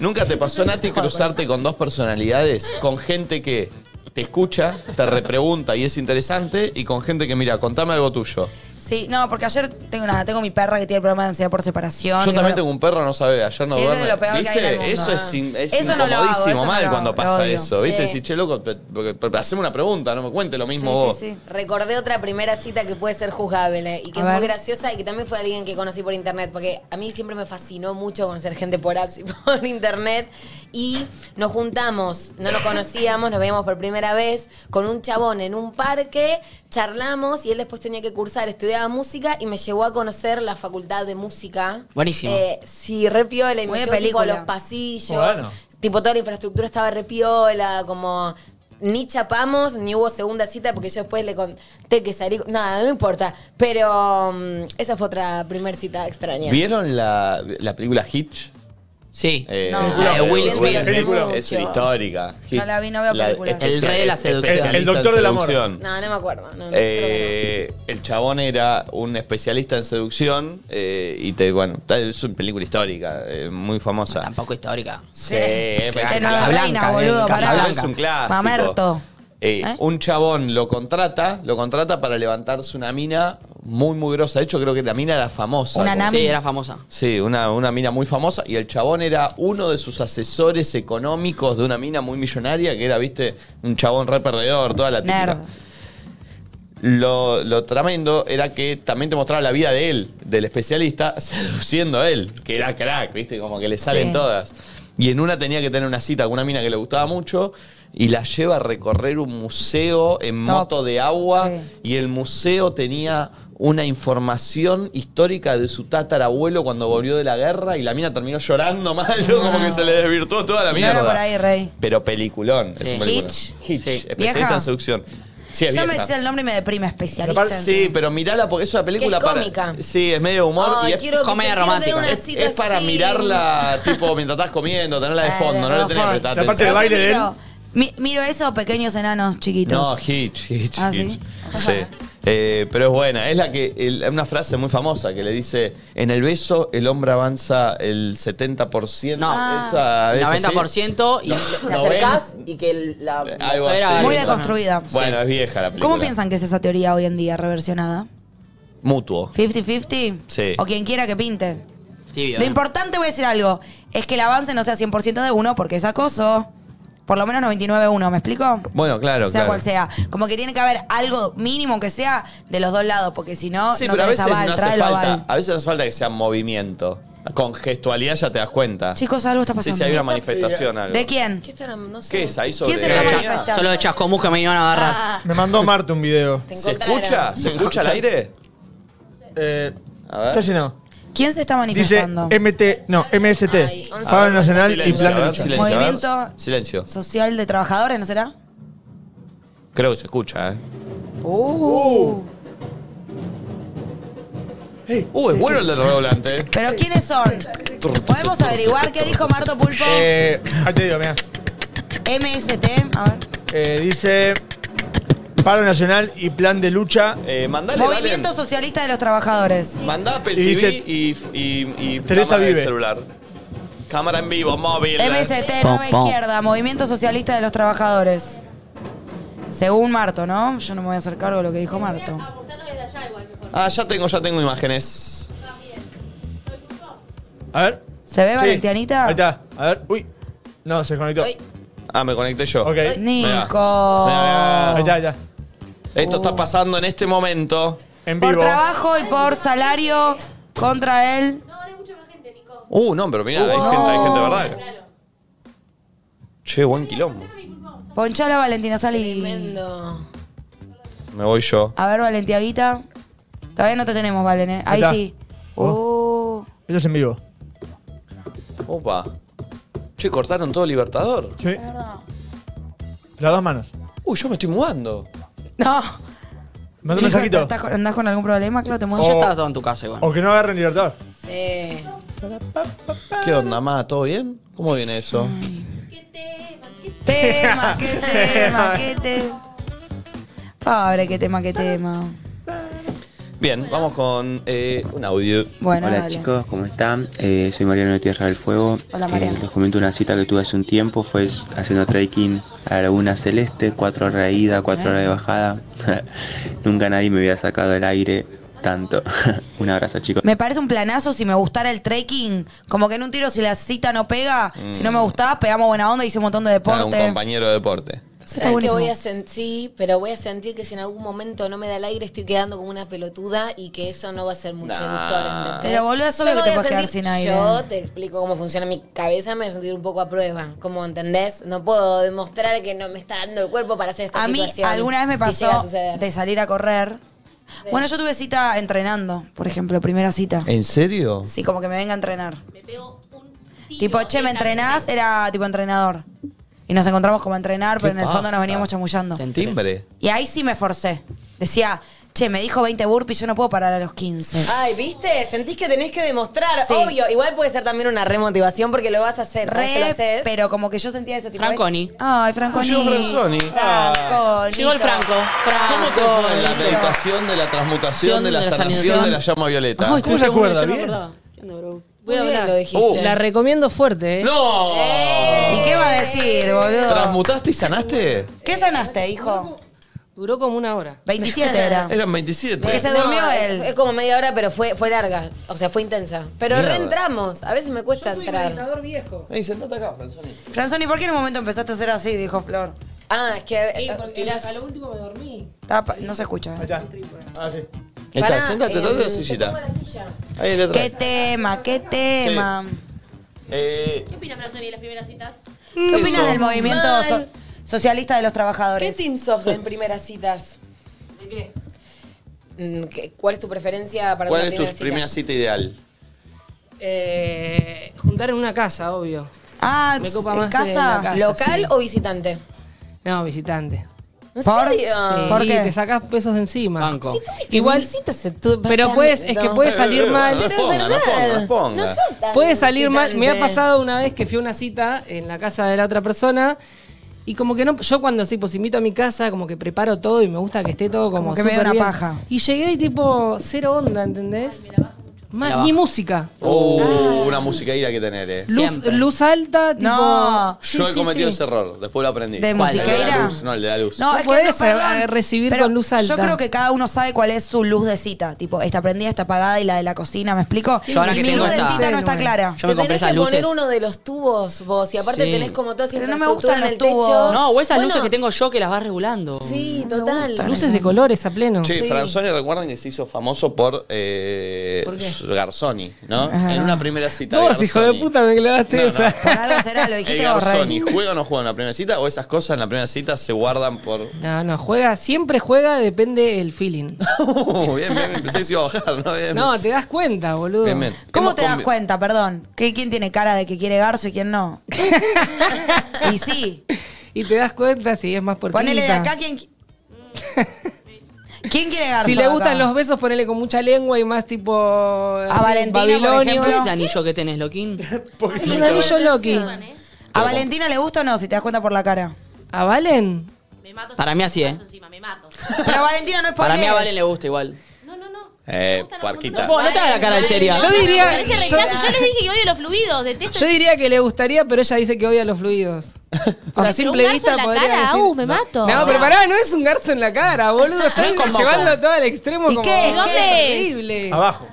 Speaker 1: Nunca te pasó, Nati,
Speaker 3: pues.
Speaker 1: cruzarte con dos personalidades, con gente que te escucha, te repregunta y es interesante, y con gente que, mira, contame algo tuyo.
Speaker 3: Sí, no, porque ayer tengo nada, tengo mi perra que tiene el problema de ansiedad por separación.
Speaker 1: Yo
Speaker 3: Y
Speaker 1: también
Speaker 3: bueno,
Speaker 1: tengo un perro, no sabe, ayer no
Speaker 3: Sí, eso es
Speaker 1: duerme.
Speaker 3: lo peor que hay
Speaker 1: ¿Viste?
Speaker 3: en el mundo.
Speaker 1: Eso es, in- es
Speaker 3: Eso no lo hago,
Speaker 1: incomodísimo
Speaker 3: eso no
Speaker 1: mal
Speaker 3: lo
Speaker 1: cuando
Speaker 3: hago,
Speaker 1: pasa
Speaker 3: lo odio.
Speaker 1: eso. ¿Viste?
Speaker 4: Sí.
Speaker 1: Si, che, loco, pe- pe- pe- haceme una pregunta, no me cuente lo mismo vos.
Speaker 4: Recordé otra primera cita que puede ser juzgable y que
Speaker 3: A
Speaker 4: es muy
Speaker 3: ver.
Speaker 4: graciosa y que también fue alguien que conocí por internet, porque a mí siempre me fascinó mucho conocer gente por apps y por internet. Y nos juntamos, no nos conocíamos, nos veíamos por primera vez con un chabón en un parque, charlamos y él después tenía que cursar, estudiaba música y me llevó a conocer la facultad de música.
Speaker 2: Buenísimo.
Speaker 4: Eh, sí, re piola y
Speaker 3: Muy
Speaker 4: me llevó
Speaker 3: de
Speaker 4: tipo, a
Speaker 3: película.
Speaker 4: los pasillos.
Speaker 2: Bueno.
Speaker 4: Tipo, toda la infraestructura estaba re piola, como... Ni chapamos, ni hubo segunda cita, porque yo después le conté que salí... con- Nada, no importa. Pero mm, esa fue otra primer cita extraña.
Speaker 1: ¿Vieron la, la película Hitch?
Speaker 2: Sí.
Speaker 4: No.
Speaker 5: La de Will Smith. Película.
Speaker 1: Es histórica. Hitch.
Speaker 3: No la vi, no veo películas.
Speaker 1: es-
Speaker 2: El rey de la
Speaker 1: es-
Speaker 2: seducción.
Speaker 1: especialista
Speaker 5: El doctor
Speaker 1: en
Speaker 5: del amor.
Speaker 1: seducción.
Speaker 4: No, no me acuerdo. no, no,
Speaker 1: Eh, el chabón era un especialista en seducción eh, y te, bueno, ta- es una película histórica, eh, muy famosa.
Speaker 2: Tampoco histórica.
Speaker 1: Sí, es
Speaker 3: Che, no,
Speaker 1: Casablanca,
Speaker 3: reina, boludo,
Speaker 1: eh,
Speaker 3: pará.
Speaker 1: Casablanca es un clásico.
Speaker 3: Mamerto.
Speaker 1: Eh, Un chabón lo contrata, lo contrata para levantarse una mina muy, muy grosa. De hecho, creo que la mina era famosa.
Speaker 3: Una
Speaker 1: Como-
Speaker 3: nami.
Speaker 2: Sí, era famosa.
Speaker 1: Sí, una, una mina muy famosa. Y el chabón era uno de sus asesores económicos de una mina muy millonaria, que era, viste, un chabón re perdedor, toda la típica.
Speaker 3: Nerd.
Speaker 1: Lo, lo tremendo era que también te mostraba la vida de él, del especialista, seduciendo a él, que era crack, viste, como que le salen
Speaker 3: Sí.
Speaker 1: todas. Y en una tenía que tener una cita con una mina que le gustaba mucho y la lleva a recorrer un museo en
Speaker 3: Top.
Speaker 1: moto de agua
Speaker 3: Sí.
Speaker 1: y el museo tenía una información histórica de su tatarabuelo cuando volvió de la guerra y la mina terminó llorando mal, ¿no? como que se le desvirtuó toda la
Speaker 3: No era
Speaker 1: mierda.
Speaker 3: por ahí, rey.
Speaker 1: Pero peliculón. Es
Speaker 3: Sí.
Speaker 1: un peliculón.
Speaker 3: Hitch.
Speaker 1: Hitch, especialista
Speaker 3: ¿Vieja?
Speaker 1: en seducción. Sí, es
Speaker 3: Ya me
Speaker 1: vieja.
Speaker 3: decís el nombre y me deprime
Speaker 1: Aparte,
Speaker 3: especialista. en-
Speaker 1: sí, pero mirala porque es una película
Speaker 4: Que es
Speaker 1: para-
Speaker 4: cómica.
Speaker 1: Sí, es medio humor
Speaker 4: Ay,
Speaker 1: y es
Speaker 4: quiero- Comedia quiero tener romántica. una
Speaker 1: Es,
Speaker 4: cita
Speaker 1: es para
Speaker 4: así.
Speaker 1: mirarla tipo mientras estás comiendo, tenerla
Speaker 3: Eh,
Speaker 1: de fondo, no le tenés que prestar
Speaker 5: La parte de
Speaker 1: atención.
Speaker 5: baile de él.
Speaker 3: Miro, mi- miro eso, pequeños enanos chiquitos.
Speaker 1: No, Hitch, Hitch,
Speaker 3: Ah,
Speaker 1: Hitch.
Speaker 3: ¿sí?
Speaker 1: Sí. Eh, pero es buena. Es la que el- una frase muy famosa que le dice: En el beso el hombre avanza el 70%.
Speaker 2: No.
Speaker 1: Esa,
Speaker 3: Ah.
Speaker 2: El
Speaker 1: esa, ¿sí?
Speaker 2: 90% y
Speaker 1: Te acercás
Speaker 2: y que el- la
Speaker 1: Algo
Speaker 2: mujer
Speaker 1: así.
Speaker 2: haga
Speaker 3: Muy
Speaker 2: eso.
Speaker 3: deconstruida.
Speaker 1: Bueno, es vieja la película.
Speaker 3: ¿Cómo piensan que es esa teoría hoy en día reversionada?
Speaker 1: Mutuo.
Speaker 3: ¿50-50?
Speaker 1: Sí.
Speaker 3: O quien quiera que pinte.
Speaker 2: Tibio,
Speaker 3: Lo
Speaker 2: ¿eh?
Speaker 3: importante, voy a decir algo, es que el avance no sea 100% de uno porque es acoso. Por lo menos 99-1, ¿me explico?
Speaker 1: Bueno, claro,
Speaker 3: sea
Speaker 1: claro.
Speaker 3: cual sea. Como que tiene que haber algo mínimo que sea de los dos lados, porque si no,
Speaker 1: Sí,
Speaker 3: no
Speaker 1: pero a
Speaker 3: tenés
Speaker 1: veces
Speaker 3: aval,
Speaker 1: no hace
Speaker 3: tráelo
Speaker 1: falta.
Speaker 3: aval.
Speaker 1: A veces hace falta que sea movimiento. Con gestualidad ya te das cuenta.
Speaker 3: Chicos, algo está pasando.
Speaker 1: Sí, sí, hay una manifestación. Algo.
Speaker 3: ¿De quién?
Speaker 4: ¿Qué estarán? No sé.
Speaker 1: ¿Qué es ahí sobre
Speaker 3: ¿Quién se está
Speaker 1: Eh,
Speaker 3: manifestando?
Speaker 2: Solo de chascomús que me iban a agarrar.
Speaker 1: Ah.
Speaker 3: Ah.
Speaker 5: Me mandó Marte un video.
Speaker 1: ¿Se escucha? ¿Se escucha el aire?
Speaker 5: Eh,
Speaker 1: A ver.
Speaker 5: Está llenado.
Speaker 3: ¿Quién se está
Speaker 5: Dice em-
Speaker 3: manifestando?
Speaker 5: MT, no, MST.
Speaker 3: once
Speaker 5: Paro
Speaker 3: segundos.
Speaker 5: Nacional y
Speaker 1: Silencio,
Speaker 5: Plan
Speaker 1: a
Speaker 5: de
Speaker 1: ver,
Speaker 5: Lucha.
Speaker 1: silencio, a ver.
Speaker 3: Movimiento.
Speaker 1: Silencio.
Speaker 3: ¿Social de trabajadores, no será?
Speaker 1: Creo que se escucha, ¿eh?
Speaker 3: Uh.
Speaker 1: Uh, es bueno el del redoblante. ¿eh?
Speaker 3: ¿Pero quiénes son? Podemos averiguar qué dijo Marto Pulpo.
Speaker 5: Eh, ahí te digo, mira.
Speaker 3: MST, a ver.
Speaker 5: Eh, dice Paro Nacional y Plan de Lucha.
Speaker 1: Eh, mandale,
Speaker 3: Movimiento Socialista de los Trabajadores.
Speaker 1: Mandá Apple
Speaker 5: Y
Speaker 1: TV
Speaker 5: dice-
Speaker 1: y, y, y
Speaker 5: Teresa
Speaker 1: cámara de
Speaker 5: vive.
Speaker 1: celular. Cámara en vivo, móvil.
Speaker 3: MST, Nueva Izquierda, Movimiento Socialista de los Trabajadores. Según Marto, ¿no? Yo no me voy a hacer cargo de lo que dijo Marto.
Speaker 1: Ah, ya tengo, ya tengo imágenes.
Speaker 5: A ver.
Speaker 3: ¿Se ve Valentianita?
Speaker 5: Ahí está. A ver. Uy. No, se desconectó.
Speaker 1: Ah, me conecté yo.
Speaker 5: Ok.
Speaker 3: Nico.
Speaker 1: Mirá. Mirá, mirá.
Speaker 5: Ahí está, ahí está.
Speaker 1: Esto está pasando en este momento.
Speaker 5: En
Speaker 3: Por trabajo y por salario contra él.
Speaker 1: Uh, no, pero mirá, hay,
Speaker 3: Uh.
Speaker 1: gente, hay gente, ¿verdad? Che, buen quilombo.
Speaker 3: Ponchala Valentina, salí.
Speaker 1: Me voy yo.
Speaker 3: A ver, Valentiaguita. Todavía no te tenemos, Valen, ¿eh? Ahí
Speaker 5: está. Oh.
Speaker 3: sí. Uh.
Speaker 5: Esto es en vivo.
Speaker 1: Opa. Che, cortaron todo Libertador.
Speaker 5: Sí. Las dos manos.
Speaker 1: Uy, yo me estoy mudando.
Speaker 3: No.
Speaker 5: Manda un
Speaker 3: Hijo,
Speaker 5: mensajito.
Speaker 3: ¿estás con- ¿Andás con algún problema, Clau? ¿Te muevo?
Speaker 2: Vos ya estabas todo en tu casa igual.
Speaker 5: O que no agarren Libertador.
Speaker 4: Sí.
Speaker 1: ¿Qué onda, ma? ¿Todo bien? ¿Cómo viene eso?
Speaker 3: Tema, qué tema, qué tema. Pobre, qué tema, qué tema.
Speaker 1: Bien, vamos con eh, un audio.
Speaker 3: Bueno,
Speaker 18: Hola
Speaker 3: dale.
Speaker 18: chicos, ¿cómo están? Eh, soy Mariano de Tierra del Fuego.
Speaker 3: Hola,
Speaker 18: Eh,
Speaker 3: Mariano.
Speaker 18: les comento una cita que tuve hace un tiempo, fue haciendo trekking a la Laguna Celeste, cuatro horas de ida, cuatro horas de bajada. Nunca nadie me había sacado el aire tanto. un abrazo chicos.
Speaker 3: Me parece un planazo si me gustara el trekking. Como que en un tiro, si la cita no pega, si
Speaker 18: Mm.
Speaker 3: no me gustaba, pegamos buena onda y hice un montón de
Speaker 1: Nada, un
Speaker 3: deporte.
Speaker 1: compañero de deporte.
Speaker 3: Eso
Speaker 4: ¿Sabes
Speaker 3: está
Speaker 4: que
Speaker 3: buenísimo.
Speaker 4: voy a sentir? Sí, pero voy a sentir que si en algún momento no me da el aire estoy quedando como una pelotuda y que eso no va a ser muy
Speaker 1: Nah.
Speaker 4: seductor, ¿entendés?
Speaker 3: Pero, boluda, solo
Speaker 4: Yo
Speaker 3: que te
Speaker 4: voy a
Speaker 3: puedes quedar
Speaker 4: sentir-
Speaker 3: sin aire.
Speaker 4: Yo te explico cómo funciona mi cabeza, me voy a sentir un poco a prueba, como entendés, no puedo demostrar que no me está dando el cuerpo para hacer esta
Speaker 3: A mí
Speaker 4: situación.
Speaker 3: alguna vez me
Speaker 4: si llega a
Speaker 3: pasó
Speaker 4: suceder.
Speaker 3: de salir a correr. Bueno, yo tuve cita entrenando, por ejemplo, primera
Speaker 18: Eh.
Speaker 3: cita.
Speaker 1: ¿En serio?
Speaker 3: Sí, como que me venga a entrenar. Tipo, che, ¿me entrenás? Era tipo entrenador. Y nos encontramos como a entrenar, pero en el fondo nos veníamos chamullando.
Speaker 1: Timbre.
Speaker 3: Y ahí sí me esforcé. Decía, che, me dijo 20 burpees, yo no puedo parar a los 15.
Speaker 13: Ah,
Speaker 4: Ay, ¿viste? Sentís que tenés que demostrar,
Speaker 3: Sí.
Speaker 4: obvio. Igual puede ser también una remotivación porque lo vas a hacer, ¿sabés que lo
Speaker 3: Re,
Speaker 4: haces?
Speaker 3: pero como que yo sentía eso. Tipo,
Speaker 2: Franconi.
Speaker 3: Ay, Franconi.
Speaker 1: Llegó Franzoni.
Speaker 3: Franconi.
Speaker 2: Llegó el Franco.
Speaker 1: ¿Cómo te fue la meditación de la transmutación de la sanación de la llama violeta?
Speaker 13: Ay, ¿Cómo se acuerda? ¿Bien?
Speaker 4: Muy bien lo dijiste.
Speaker 1: Oh.
Speaker 13: La recomiendo fuerte, ¿eh?
Speaker 1: ¡No!
Speaker 3: ¿Y qué va a decir, boludo?
Speaker 1: ¿Transmutaste y sanaste?
Speaker 3: ¿Qué sanaste, hijo?
Speaker 13: Duró como una hora.
Speaker 3: 27 era.
Speaker 1: Eran 27.
Speaker 3: Porque se durmió él.
Speaker 4: Eh, Es como media hora, pero fue, fue larga. O sea, fue intensa. Pero
Speaker 1: Mierda.
Speaker 4: reentramos. A veces me cuesta entrar.
Speaker 13: viejo.
Speaker 1: Ey, sentate acá, Franzoni.
Speaker 3: Franzoni, ¿por qué en un momento empezaste a hacer así? Dijo Flor.
Speaker 4: Ah, es que. eh, tirás-
Speaker 13: último me dormí.
Speaker 3: Tapa- no se escucha. eh.
Speaker 5: Ah, sí.
Speaker 1: Ahí está,
Speaker 3: Pará,
Speaker 1: sentate,
Speaker 3: eh,
Speaker 1: trate la
Speaker 3: ¿te
Speaker 1: sillita.
Speaker 7: silla?
Speaker 1: Ahí le
Speaker 3: Qué
Speaker 1: trae.
Speaker 3: tema, qué tema.
Speaker 1: Eh,
Speaker 7: ¿Qué opinas, Franzoni, de las primeras citas?
Speaker 3: ¿Qué opinas del movimiento
Speaker 4: Mal.
Speaker 3: so- socialista de los
Speaker 4: ¿Qué
Speaker 3: trabajadores?
Speaker 4: team sos en primeras citas?
Speaker 13: ¿De qué?
Speaker 4: Mm, ¿qué- ¿Cuál es tu preferencia para
Speaker 1: ¿Cuál
Speaker 4: una
Speaker 1: es tu
Speaker 4: primera cita?
Speaker 1: primera cita ideal?
Speaker 13: Eh, juntar en una casa, obvio.
Speaker 3: Ah,
Speaker 13: Me copa
Speaker 4: ¿en
Speaker 13: más
Speaker 4: casa?
Speaker 13: en la casa,
Speaker 4: Ah, ¿Local
Speaker 13: sí.
Speaker 4: o visitante?
Speaker 13: No, visitante.
Speaker 4: ¿En ¿Por? serio?
Speaker 13: Sí,
Speaker 4: Ah. ¿Por qué?
Speaker 13: Te sacás pesos de encima.
Speaker 2: Banco.
Speaker 13: Igual, pero puedes, es que puede salir mal.
Speaker 1: Pero es Eh, Responda, verdad. responda, responda. No sos
Speaker 4: tan
Speaker 13: Puede salir mal. Me ha
Speaker 4: visitante.
Speaker 13: pasado una vez que fui a una cita en la casa de la otra persona Y como que no, yo cuando sí, pues invito a mi casa, como que preparo todo y me gusta que esté todo como.
Speaker 3: Como que me dé
Speaker 13: súper
Speaker 3: una
Speaker 13: bien.
Speaker 3: paja.
Speaker 13: Y llegué y tipo, cero onda, ¿entendés? Mal,
Speaker 1: Mira,
Speaker 13: ni
Speaker 1: baja.
Speaker 13: música.
Speaker 1: Oh, una música ira que tener, eh.
Speaker 13: Luz, luz alta, tipo.
Speaker 3: No.
Speaker 13: Sí,
Speaker 1: Yo he
Speaker 13: sí,
Speaker 1: cometido
Speaker 13: sí.
Speaker 1: ese error, después lo aprendí.
Speaker 3: ¿De
Speaker 1: ¿Cuál? El de
Speaker 3: musiqueira?
Speaker 1: la luz, no, el de la luz.
Speaker 3: No,
Speaker 13: No
Speaker 3: es que
Speaker 13: podés,
Speaker 3: no, perdón.
Speaker 13: eh, recibir
Speaker 3: Pero
Speaker 13: con luz alta.
Speaker 3: Yo creo que cada uno sabe cuál es su luz de cita. Tipo, esta prendida, esta apagada y la de la cocina, ¿me explico?
Speaker 2: Yo ahora
Speaker 3: Y
Speaker 2: que
Speaker 3: mi
Speaker 2: tengo
Speaker 3: luz de
Speaker 2: esta-
Speaker 3: cita no está
Speaker 2: Bueno.
Speaker 3: clara.
Speaker 2: Yo me compré
Speaker 4: Tenés que
Speaker 2: esas luces.
Speaker 4: poner uno de los tubos vos y aparte
Speaker 2: Sí.
Speaker 4: tenés como toda esa
Speaker 3: Pero no me
Speaker 4: infraestructura
Speaker 3: gustan
Speaker 4: en el
Speaker 3: los tubos.
Speaker 4: techo.
Speaker 2: No, o esas luces
Speaker 4: Bueno,
Speaker 2: que tengo yo que las vas regulando.
Speaker 4: Sí, total.
Speaker 13: Luces de colores a pleno.
Speaker 1: Che, Franzoni, recuerden que se hizo famoso por, eh,
Speaker 13: ¿Por qué?
Speaker 1: Garzoni, ¿no?
Speaker 13: Ajá.
Speaker 1: En una primera cita.
Speaker 13: Vos,
Speaker 1: Garzoni.
Speaker 13: hijo de puta, me clavaste
Speaker 1: No, no.
Speaker 13: esa.
Speaker 3: Por algo será, lo
Speaker 1: El
Speaker 3: dijiste vos,
Speaker 1: Garzoni,
Speaker 3: Rey.
Speaker 1: ¿juega o no juega en la primera cita? ¿O esas cosas en la primera cita se guardan por.?
Speaker 13: No, no, juega, siempre juega, depende el feeling.
Speaker 1: Uh, bien, bien, pensé que se iba a bajar, ¿no? Bien.
Speaker 13: No, te das cuenta, boludo.
Speaker 1: Bien, bien.
Speaker 3: ¿Cómo
Speaker 1: Hemos
Speaker 3: te das
Speaker 1: convi-
Speaker 3: cuenta, perdón? ¿Que ¿Quién tiene cara de que quiere garzo y quién no? y sí,
Speaker 13: Y te das cuenta si es más por
Speaker 3: ponele de
Speaker 13: quinta.
Speaker 3: acá quién... qui- ¿Quién quiere garzo
Speaker 13: Si le
Speaker 3: acá?
Speaker 13: gustan los besos, ponele con mucha lengua y más tipo.
Speaker 7: Ah,
Speaker 13: A
Speaker 3: Valentina, por
Speaker 2: ¿Qué es
Speaker 3: ejemplo.
Speaker 2: ese anillo que tenés, Loquín?
Speaker 13: Es un anillo Loki.
Speaker 7: eh?
Speaker 3: ¿A Valentina le gusta o no? Si te das cuenta por la cara.
Speaker 13: ¿A Valen?
Speaker 2: Para mí así, ¿eh?
Speaker 3: Pero a Valentina no es por
Speaker 2: Para mí a Valen le gusta igual.
Speaker 1: Eh, puerquita.
Speaker 2: No te hagas la cara de seria.
Speaker 13: Yo diría.
Speaker 7: Parece
Speaker 13: Yo,
Speaker 7: rechazo. Yo les dije que odio los fluidos, detesto.
Speaker 13: yo diría que le gustaría, pero ella dice que odia los fluidos. Con
Speaker 7: Pero
Speaker 13: la simple
Speaker 7: un garzo
Speaker 13: vista
Speaker 7: en la
Speaker 13: podría
Speaker 7: cara,
Speaker 13: decir.
Speaker 7: au, me mato.
Speaker 13: No, pero pará, no es un garzo en la cara, boludo. Estás
Speaker 7: es como-
Speaker 13: llevando todo al extremo
Speaker 3: ¿Y
Speaker 13: como.
Speaker 3: qué?
Speaker 13: No,
Speaker 3: ¿Qué?
Speaker 13: es horrible.
Speaker 5: Abajo.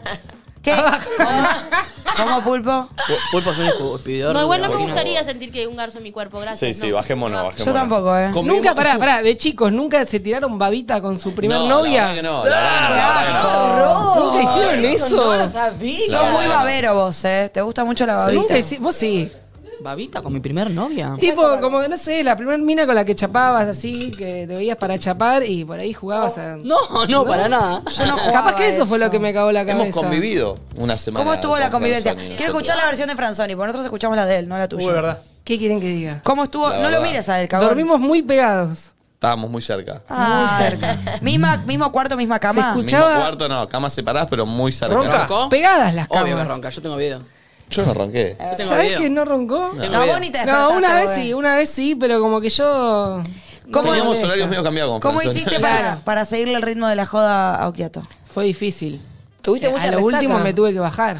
Speaker 3: ¿Qué?
Speaker 5: Ah.
Speaker 3: ¿Cómo pulpo?
Speaker 2: Pulpo, soy escupidor.
Speaker 7: No, igual no me
Speaker 1: Por
Speaker 7: gustaría sentir que hay un garzo en mi cuerpo,
Speaker 1: Sí,
Speaker 7: gracias.
Speaker 1: sí,
Speaker 7: no.
Speaker 1: bajémonos, bajémonos.
Speaker 3: Yo tampoco, ¿eh?
Speaker 1: Comimos-
Speaker 13: Nunca, pará, pará, de chicos, nunca se tiraron babita con su primer
Speaker 1: No, la verdad
Speaker 13: novia.
Speaker 1: que no, la verdad que no, la verdad que no.
Speaker 13: Nunca hicieron eso.
Speaker 2: sabía.
Speaker 3: Sos muy babero vos, ¿eh? Te gusta mucho la babita.
Speaker 13: Nunca hici- Vos sí.
Speaker 2: ¿Babita con mi primer novia?
Speaker 13: Tipo, como que no sé, la primera mina con la que chapabas así, que te veías para chapar y por ahí jugabas a.
Speaker 2: No, no, para nada.
Speaker 3: Yo no jugaba
Speaker 13: Capaz que eso, fue
Speaker 3: eso.
Speaker 13: lo que me cagó Ah, la cabeza.
Speaker 1: Hemos convivido una semana.
Speaker 3: ¿Cómo estuvo la
Speaker 1: con
Speaker 3: convivencia?
Speaker 1: Franzoni,
Speaker 3: Quiero
Speaker 1: nosotros.
Speaker 3: escuchar la versión de Franzoni, porque nosotros escuchamos la de él, no la
Speaker 5: Uy,
Speaker 3: tuya.
Speaker 5: de verdad.
Speaker 13: ¿Qué quieren que diga?
Speaker 3: ¿Cómo estuvo?
Speaker 1: La
Speaker 3: no
Speaker 1: verdad.
Speaker 3: lo mires a él, cabrón.
Speaker 13: Dormimos muy pegados.
Speaker 1: Estábamos muy cerca.
Speaker 3: Ah,
Speaker 13: Muy cerca.
Speaker 3: Misma, mismo cuarto, misma cama.
Speaker 13: escucha-
Speaker 1: Mismo
Speaker 13: Escuchaba-
Speaker 1: cuarto, no, camas separadas, pero muy cerca.
Speaker 5: ¿Ronca?
Speaker 2: ¿Roncó?
Speaker 13: Pegadas las camas.
Speaker 2: Obvio que ronca, yo tengo video.
Speaker 1: Yo no ronqué.
Speaker 2: Yo tengo
Speaker 13: ¿Sabés
Speaker 2: video.
Speaker 13: que no roncó?
Speaker 2: Tengo
Speaker 3: No,
Speaker 2: video.
Speaker 3: vos eh. ni te
Speaker 13: No,
Speaker 3: despertaste,
Speaker 13: una vez
Speaker 3: Rubén.
Speaker 13: sí, una vez sí, pero como que yo.
Speaker 3: ¿Cómo,
Speaker 1: Teníamos
Speaker 13: molesta.
Speaker 1: horarios medio cambiados con
Speaker 3: cómo
Speaker 1: Franzoni.
Speaker 3: hiciste para, para seguirle el ritmo de la joda a Okiato?
Speaker 13: Fue difícil.
Speaker 10: Tuviste
Speaker 13: a
Speaker 10: mucha
Speaker 13: lo
Speaker 10: resaca.
Speaker 13: último me tuve que bajar.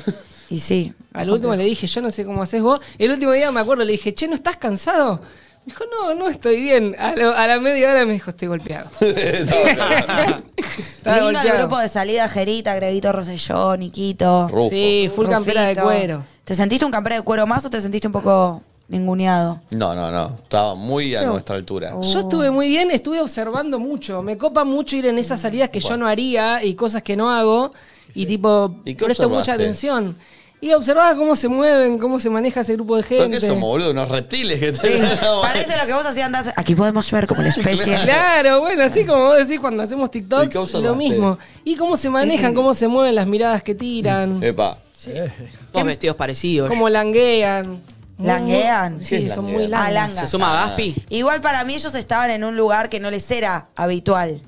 Speaker 3: Y sí.
Speaker 13: Al último le dije, yo no sé cómo haces vos. El último día me acuerdo, le dije, che, ¿no estás cansado? Me dijo, no, no estoy bien. A, lo- a la media hora me dijo, estoy golpeado. Estaba
Speaker 3: Lindo el
Speaker 13: golpeado.
Speaker 3: grupo de salida, Jerita, Greguito Roselló, Niquito.
Speaker 1: Rufo.
Speaker 13: Sí, full campera de
Speaker 3: Rufito.
Speaker 13: cuero.
Speaker 3: ¿Te sentiste un campera de cuero más o te sentiste un poco ninguneado?
Speaker 1: No, no, no. Estaba muy a
Speaker 13: Pero-
Speaker 1: nuestra altura.
Speaker 13: Yo estuve muy bien, estuve observando mucho. Me copa mucho ir en esas salidas que yo no haría y cosas que no hago. Y tipo,
Speaker 1: ¿Y qué
Speaker 13: presto mucha
Speaker 1: observaste?
Speaker 13: atención. Y observaba cómo se mueven, cómo se maneja ese grupo de
Speaker 1: ¿Pero qué
Speaker 13: gente.
Speaker 1: somos, boludo? Unos reptiles que
Speaker 3: Sí,
Speaker 1: tenemos.
Speaker 3: parece lo que vos hacías andás. Aquí podemos ver como la especie.
Speaker 13: Claro, bueno, así como vos decís cuando hacemos
Speaker 1: ¿Y qué
Speaker 13: TikToks,
Speaker 1: observaste?
Speaker 13: lo mismo. Y cómo se manejan, cómo se mueven las miradas que tiran,
Speaker 1: Epa.
Speaker 2: Todos vestidos parecidos.
Speaker 13: cómo languean. Muy-
Speaker 3: ¿Languean?
Speaker 1: ¿Qué
Speaker 13: Sí,
Speaker 1: es
Speaker 13: son
Speaker 1: languear?
Speaker 13: muy
Speaker 3: Ah,
Speaker 13: largas.
Speaker 3: langas.
Speaker 2: ¿Se suma Gaspi?
Speaker 3: Igual para mí ellos estaban en un lugar que no les era habitual.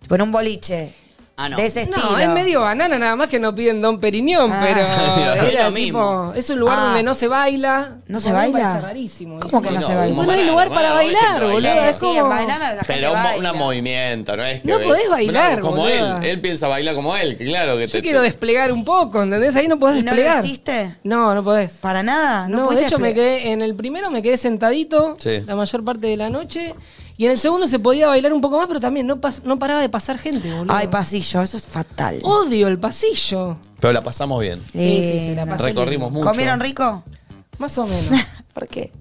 Speaker 3: Tipo en un boliche.
Speaker 2: Ah, no.
Speaker 3: De ese estilo.
Speaker 13: No, es medio banana nada más que no piden Don Periñón,
Speaker 3: Ah.
Speaker 13: pero
Speaker 2: Es
Speaker 13: era
Speaker 2: lo mismo.
Speaker 13: tipo, es un lugar
Speaker 3: Ah.
Speaker 13: donde no se baila.
Speaker 3: ¿No se
Speaker 13: A mí me
Speaker 3: baila?
Speaker 13: parece rarísimo.
Speaker 3: ¿Cómo que no,
Speaker 1: no,
Speaker 3: se
Speaker 1: como
Speaker 3: baila?
Speaker 13: Bueno, hay
Speaker 1: banana,
Speaker 13: lugar para
Speaker 1: banana, hoy
Speaker 13: bailar,
Speaker 1: gente
Speaker 13: boludo.
Speaker 1: baila.
Speaker 13: Es
Speaker 3: Sí, en
Speaker 13: como...
Speaker 3: Banana la gente
Speaker 1: Pero un, mo-
Speaker 3: baila.
Speaker 1: una movimiento, ¿no? Es que
Speaker 13: No
Speaker 1: ves-
Speaker 13: podés bailar,
Speaker 1: No, como
Speaker 13: boluda.
Speaker 1: él. Él piensa bailar como él, claro. Que
Speaker 13: Yo quiero desplegar un poco, ¿entendés? Ahí no podés
Speaker 3: ¿Y no lo
Speaker 13: desplegar.
Speaker 3: hiciste?
Speaker 13: No, no podés.
Speaker 3: Para nada. No,
Speaker 13: No, de
Speaker 3: pudiste
Speaker 13: hecho me
Speaker 3: expli-
Speaker 13: quedé, en el primero me quedé sentadito
Speaker 1: Sí.
Speaker 13: la mayor parte de la noche y en el segundo se podía bailar un poco más, pero también no, pas- no paraba de pasar gente, boludo.
Speaker 3: Ay, pasillo, eso es fatal.
Speaker 13: Odio el pasillo.
Speaker 1: Pero la pasamos bien.
Speaker 13: Sí, sí, sí, la
Speaker 3: Lindo.
Speaker 13: pasó
Speaker 1: Recorrimos mucho.
Speaker 3: ¿Comieron rico?
Speaker 13: Más o menos.
Speaker 3: ¿Por qué?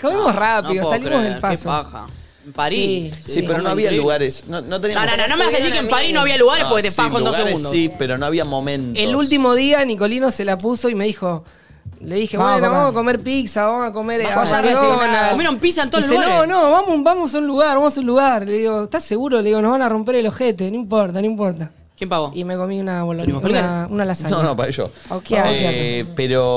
Speaker 13: Comimos rápido,
Speaker 2: puedo
Speaker 13: salimos
Speaker 2: creer,
Speaker 13: del paso.
Speaker 2: Qué paja. En París.
Speaker 13: Sí,
Speaker 1: Sí, pero no había
Speaker 2: increíble.
Speaker 1: lugares. No, no
Speaker 2: No,
Speaker 1: teníamos.
Speaker 2: no, no, no me vas a decir que en
Speaker 4: Estuvieron
Speaker 2: París no
Speaker 4: a
Speaker 2: había lugares porque te
Speaker 1: sí,
Speaker 2: fajo en dos
Speaker 1: Ah, lugares
Speaker 2: segundos.
Speaker 1: Sí, pero no había momentos.
Speaker 13: El último día Nicolino se la puso y me dijo, le dije,
Speaker 3: Vamos a
Speaker 13: bueno,
Speaker 3: comer.
Speaker 13: vamos a comer pizza, vamos a comer eh,
Speaker 3: Vamos a comer
Speaker 13: McDonald's".
Speaker 3: pizza.
Speaker 2: Comieron pizza en todos los
Speaker 13: Dice, no,
Speaker 2: lugares.
Speaker 13: no, vamos, vamos a un lugar, vamos a un lugar. Le digo, ¿estás seguro? Le digo, nos van a romper el ojete, no importa, no importa.
Speaker 2: ¿Quién pagó?
Speaker 13: Y me comí una boloñesa,
Speaker 2: ¿Primo burger?
Speaker 13: una, una lasaña.
Speaker 1: No, no, para ello.
Speaker 3: Ok,
Speaker 1: Eh,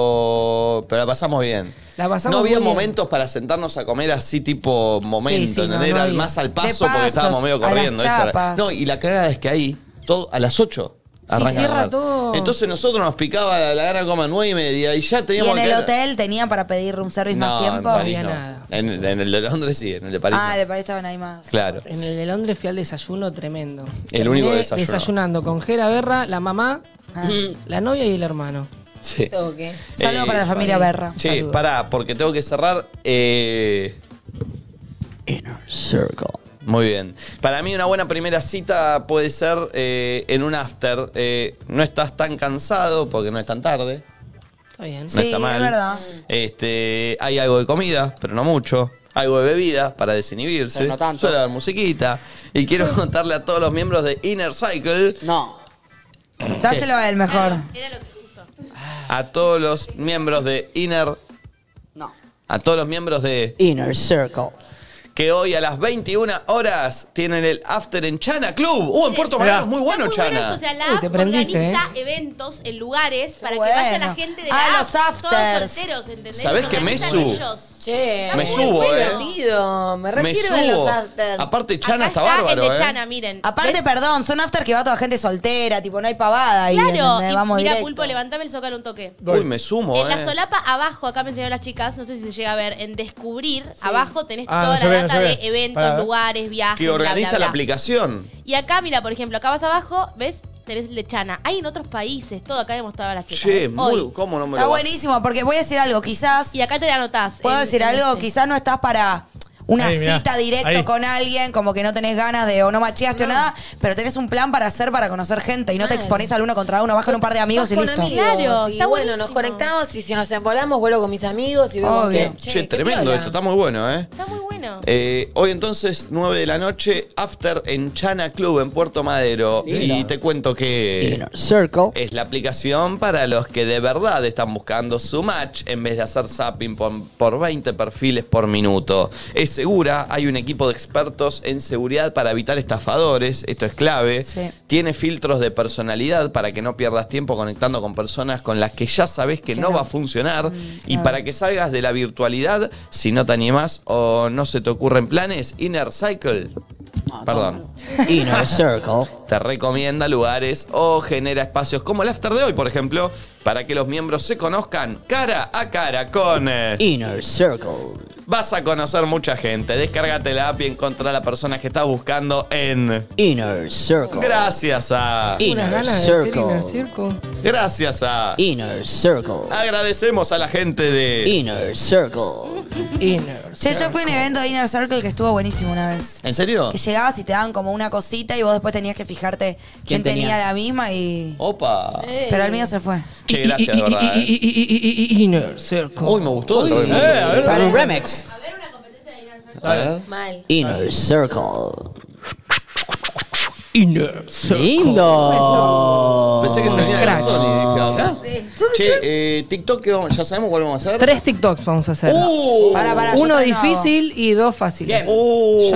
Speaker 1: pero, pero la pasamos bien.
Speaker 13: La pasamos
Speaker 1: no había
Speaker 13: muy bien.
Speaker 1: momentos para sentarnos a comer así tipo momento,
Speaker 13: Sí, sí, no,
Speaker 1: ¿entendés?
Speaker 13: no
Speaker 1: Era
Speaker 13: había.
Speaker 1: más al paso
Speaker 3: De
Speaker 1: porque
Speaker 3: pasos,
Speaker 1: estábamos medio
Speaker 3: a las
Speaker 1: corriendo. esa era-
Speaker 3: chapas.
Speaker 1: No, y la cagada es que ahí todo a las 8. Arranca
Speaker 3: cierra
Speaker 1: normal.
Speaker 3: todo.
Speaker 1: Entonces nosotros nos picaba la, la gana como a nueve y media y ya
Speaker 3: ¿Y
Speaker 1: teníamos
Speaker 3: en
Speaker 1: que
Speaker 3: el
Speaker 1: quedar-
Speaker 3: hotel tenían para pedir room service
Speaker 1: No,
Speaker 3: más tiempo?
Speaker 1: En, París no. En- en el de Londres sí, en el de París.
Speaker 3: Ah,
Speaker 1: no.
Speaker 3: de París estaban ahí más.
Speaker 1: Claro.
Speaker 13: En el de Londres fui al desayuno tremendo.
Speaker 1: El único
Speaker 13: Terminé
Speaker 1: desayuno.
Speaker 13: Desayunando con Gera Berra, la mamá, la novia y el hermano.
Speaker 1: Sí. Eh,
Speaker 13: Saludo para la familia Berra.
Speaker 1: Sí,
Speaker 13: Saludo.
Speaker 1: pará, porque tengo que cerrar. eh, Muy bien. Para mí una buena primera cita puede ser eh, en un after. Eh, no estás tan cansado porque no es tan tarde.
Speaker 13: Está bien.
Speaker 1: No está mal. Este, hay algo de comida, pero no mucho. Algo de bebida para desinhibirse.
Speaker 2: Pero no tanto.
Speaker 1: Suele haber musiquita. Y quiero contarle a todos los miembros de Inner Cycle.
Speaker 2: No.
Speaker 3: Dáselo a él mejor.
Speaker 1: A todos los miembros de Inner.
Speaker 2: No.
Speaker 1: A todos los miembros de.
Speaker 2: Inner Circle.
Speaker 1: Que hoy a las 21 horas tienen el After en Chana Club. Uh, en Puerto Madero es muy bueno,
Speaker 7: Muy bueno esto,
Speaker 1: Chana.
Speaker 7: o sea, la
Speaker 1: Uy, te
Speaker 7: app
Speaker 1: prendiste,
Speaker 7: organiza eventos en lugares para
Speaker 3: ¿eh? Bueno.
Speaker 7: que vaya la gente de la
Speaker 3: Ah,
Speaker 7: app,
Speaker 3: los afters.
Speaker 7: todos solteros, ¿entendés?
Speaker 1: ¿Sabés qué,
Speaker 7: Organizan
Speaker 1: Mesu?
Speaker 7: ellos.
Speaker 4: Che,
Speaker 1: Me subo,
Speaker 4: qué
Speaker 1: eh.
Speaker 4: divertido. Me
Speaker 1: Me
Speaker 4: recibo en los
Speaker 1: subo.
Speaker 4: afters.
Speaker 1: Aparte, Chana está,
Speaker 7: está el
Speaker 1: bárbaro,
Speaker 7: de
Speaker 1: ¿eh?
Speaker 7: Chana, miren.
Speaker 3: Aparte, perdón, son after que va toda gente soltera, tipo, no hay pavada ahí.
Speaker 7: Claro,
Speaker 3: ¿entendés?
Speaker 7: y
Speaker 3: Vamos
Speaker 7: mira,
Speaker 3: directo.
Speaker 7: Pulpo, levantame el zócalo un toque.
Speaker 1: Uy, me sumo,
Speaker 7: en
Speaker 1: eh.
Speaker 7: la solapa abajo, acá me enseñaron las chicas, no sé si se llega a ver, en descubrir, abajo tenés
Speaker 1: Ah,
Speaker 7: toda
Speaker 1: no se
Speaker 7: la
Speaker 1: ve, no
Speaker 7: data
Speaker 1: se ve.
Speaker 7: de eventos,
Speaker 1: Pará, a ver.
Speaker 7: lugares, viajes,
Speaker 1: Que
Speaker 7: bla, bla,
Speaker 1: organiza la
Speaker 7: bla.
Speaker 1: aplicación.
Speaker 7: Y acá, mira, por ejemplo, acá vas abajo, ¿ves? Tenés el de Chana. Hay en otros países, todo acá hemos estado a las chicas.
Speaker 1: Che,
Speaker 7: ¿ves?
Speaker 1: muy-
Speaker 7: Hoy.
Speaker 1: ¿cómo no me
Speaker 3: Está
Speaker 1: lo bajo?
Speaker 3: buenísimo, porque voy a decir algo, quizás.
Speaker 7: Y acá te anotás.
Speaker 3: Puedo
Speaker 7: en-
Speaker 3: decir
Speaker 7: en
Speaker 3: algo,
Speaker 7: este.
Speaker 3: quizás no estás para una
Speaker 7: Ahí, mirá,
Speaker 3: cita directo
Speaker 7: ahí.
Speaker 3: con alguien, como que no tenés ganas de, o no macheaste o nada, pero tenés un plan para hacer, para conocer gente y no te exponés al uno contra uno, vas con un par de amigos
Speaker 4: Vas
Speaker 3: y
Speaker 4: con
Speaker 3: listo.
Speaker 4: amigos, y bueno, nos conectamos y si nos embolamos vuelvo con mis amigos y vemos
Speaker 1: Che,
Speaker 4: que-
Speaker 1: che,
Speaker 4: qué
Speaker 1: tremendo
Speaker 4: piola.
Speaker 1: esto, está muy bueno, ¿eh?
Speaker 7: Está muy bueno.
Speaker 1: Eh, hoy entonces, 9 de la noche, After en Chana Club en Puerto Madero.
Speaker 2: Lindo.
Speaker 1: Y te cuento que
Speaker 2: Circle.
Speaker 1: es la aplicación para los que de verdad están buscando su match en vez de hacer zapping por, por 20 perfiles por minuto. Es segura, hay un equipo de expertos en seguridad para evitar estafadores, esto es clave. Tiene filtros de personalidad para que no pierdas tiempo conectando con personas con las que ya sabes que no va a funcionar y
Speaker 16: claro.
Speaker 1: para que salgas de la virtualidad si no te animás o no se te ocurren planes, Inner Cycle. Perdón.
Speaker 2: Inner Circle.
Speaker 1: Te recomienda lugares o genera espacios como el after de hoy, por ejemplo, para que los miembros se conozcan cara a cara con... eh,
Speaker 2: Inner Circle.
Speaker 1: Vas a conocer mucha gente. Descárgate la app y encontrá la persona que estás buscando en...
Speaker 2: Inner Circle.
Speaker 1: Gracias a...
Speaker 13: Unas ganas de hacer Inner Circle.
Speaker 1: Gracias a...
Speaker 2: Inner Circle.
Speaker 1: Agradecemos a la gente de...
Speaker 2: Inner Circle.
Speaker 13: Inner
Speaker 3: Che, yo fui a un evento de Inner Circle que estuvo buenísimo una vez.
Speaker 1: ¿En serio?
Speaker 3: Que llegabas y te daban como una cosita y vos después tenías que fijarte quién,
Speaker 1: ¿Quién
Speaker 3: tenía?
Speaker 1: tenía?
Speaker 3: la misma y.
Speaker 1: Opa.
Speaker 13: Eh,
Speaker 3: Pero el mío se fue.
Speaker 1: Che, gracias, de verdad. ¿eh?
Speaker 13: Inner Circle. Uy,
Speaker 1: me gustó el remix.
Speaker 2: Un remix.
Speaker 1: A ver.
Speaker 4: Mal.
Speaker 2: Inner Circle.
Speaker 13: Inner Circle.
Speaker 2: Lindo.
Speaker 1: Pensé que se venía de la
Speaker 13: Scratch.
Speaker 1: Sony, dije, ¿acá? Che, eh, TikTok, ¿qué vamos- ya sabemos cuál vamos a hacer.
Speaker 13: Tres TikToks vamos a hacer.
Speaker 1: Uh. Pará, pará, yo
Speaker 13: Uno
Speaker 1: también hago.
Speaker 13: difícil y dos fáciles.
Speaker 1: Uh.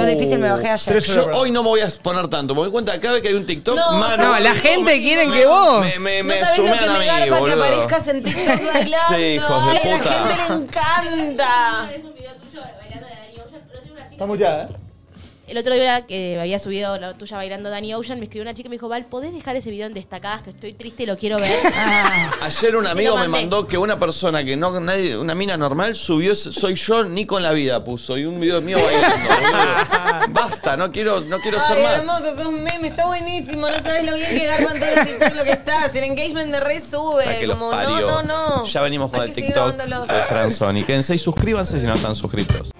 Speaker 13: Tres
Speaker 1: Yo hoy no me voy a exponer tanto. Me doy cuenta que cada vez que hay un TikTok,
Speaker 13: No,
Speaker 1: mano.
Speaker 13: no, la gente quiere que vos.
Speaker 1: Me, me,
Speaker 4: No
Speaker 1: me
Speaker 4: sabés lo
Speaker 1: sumean
Speaker 4: que
Speaker 1: a
Speaker 4: me
Speaker 1: mí,
Speaker 4: garpa que
Speaker 1: boludo.
Speaker 4: aparezcas en TikTok bailando.
Speaker 1: Sí, hijos de
Speaker 4: Ay, a la
Speaker 1: puta.
Speaker 4: gente le
Speaker 7: Ah.
Speaker 4: encanta.
Speaker 5: Está muteada, ¿eh?
Speaker 7: El otro día que había subido la tuya bailando Danny Ocean, me escribió una chica y me dijo, Val, ¿podés dejar ese video en destacadas que estoy triste y lo quiero ver?
Speaker 1: Ah. Ayer un amigo
Speaker 7: lo
Speaker 1: me
Speaker 7: mandé.
Speaker 1: mandó que una persona que no nadie, una mina normal subió ese soy yo ni con la vida puso y un video mío bailando. boludo. Basta, no quiero no quiero ser
Speaker 4: Ay,
Speaker 1: más.
Speaker 4: hermoso, sos un meme, está buenísimo. No sabes lo bien que garpan todos los TikTok lo que estás. El engagement de red
Speaker 1: Para
Speaker 4: sube.
Speaker 1: que los
Speaker 4: Como,
Speaker 1: parió.
Speaker 4: no, no, no.
Speaker 1: Ya venimos con
Speaker 4: Hay
Speaker 1: el
Speaker 4: que seguir
Speaker 1: TikTok
Speaker 4: dándolos.
Speaker 1: de Franzoni. Quédense y suscríbanse si no están suscritos.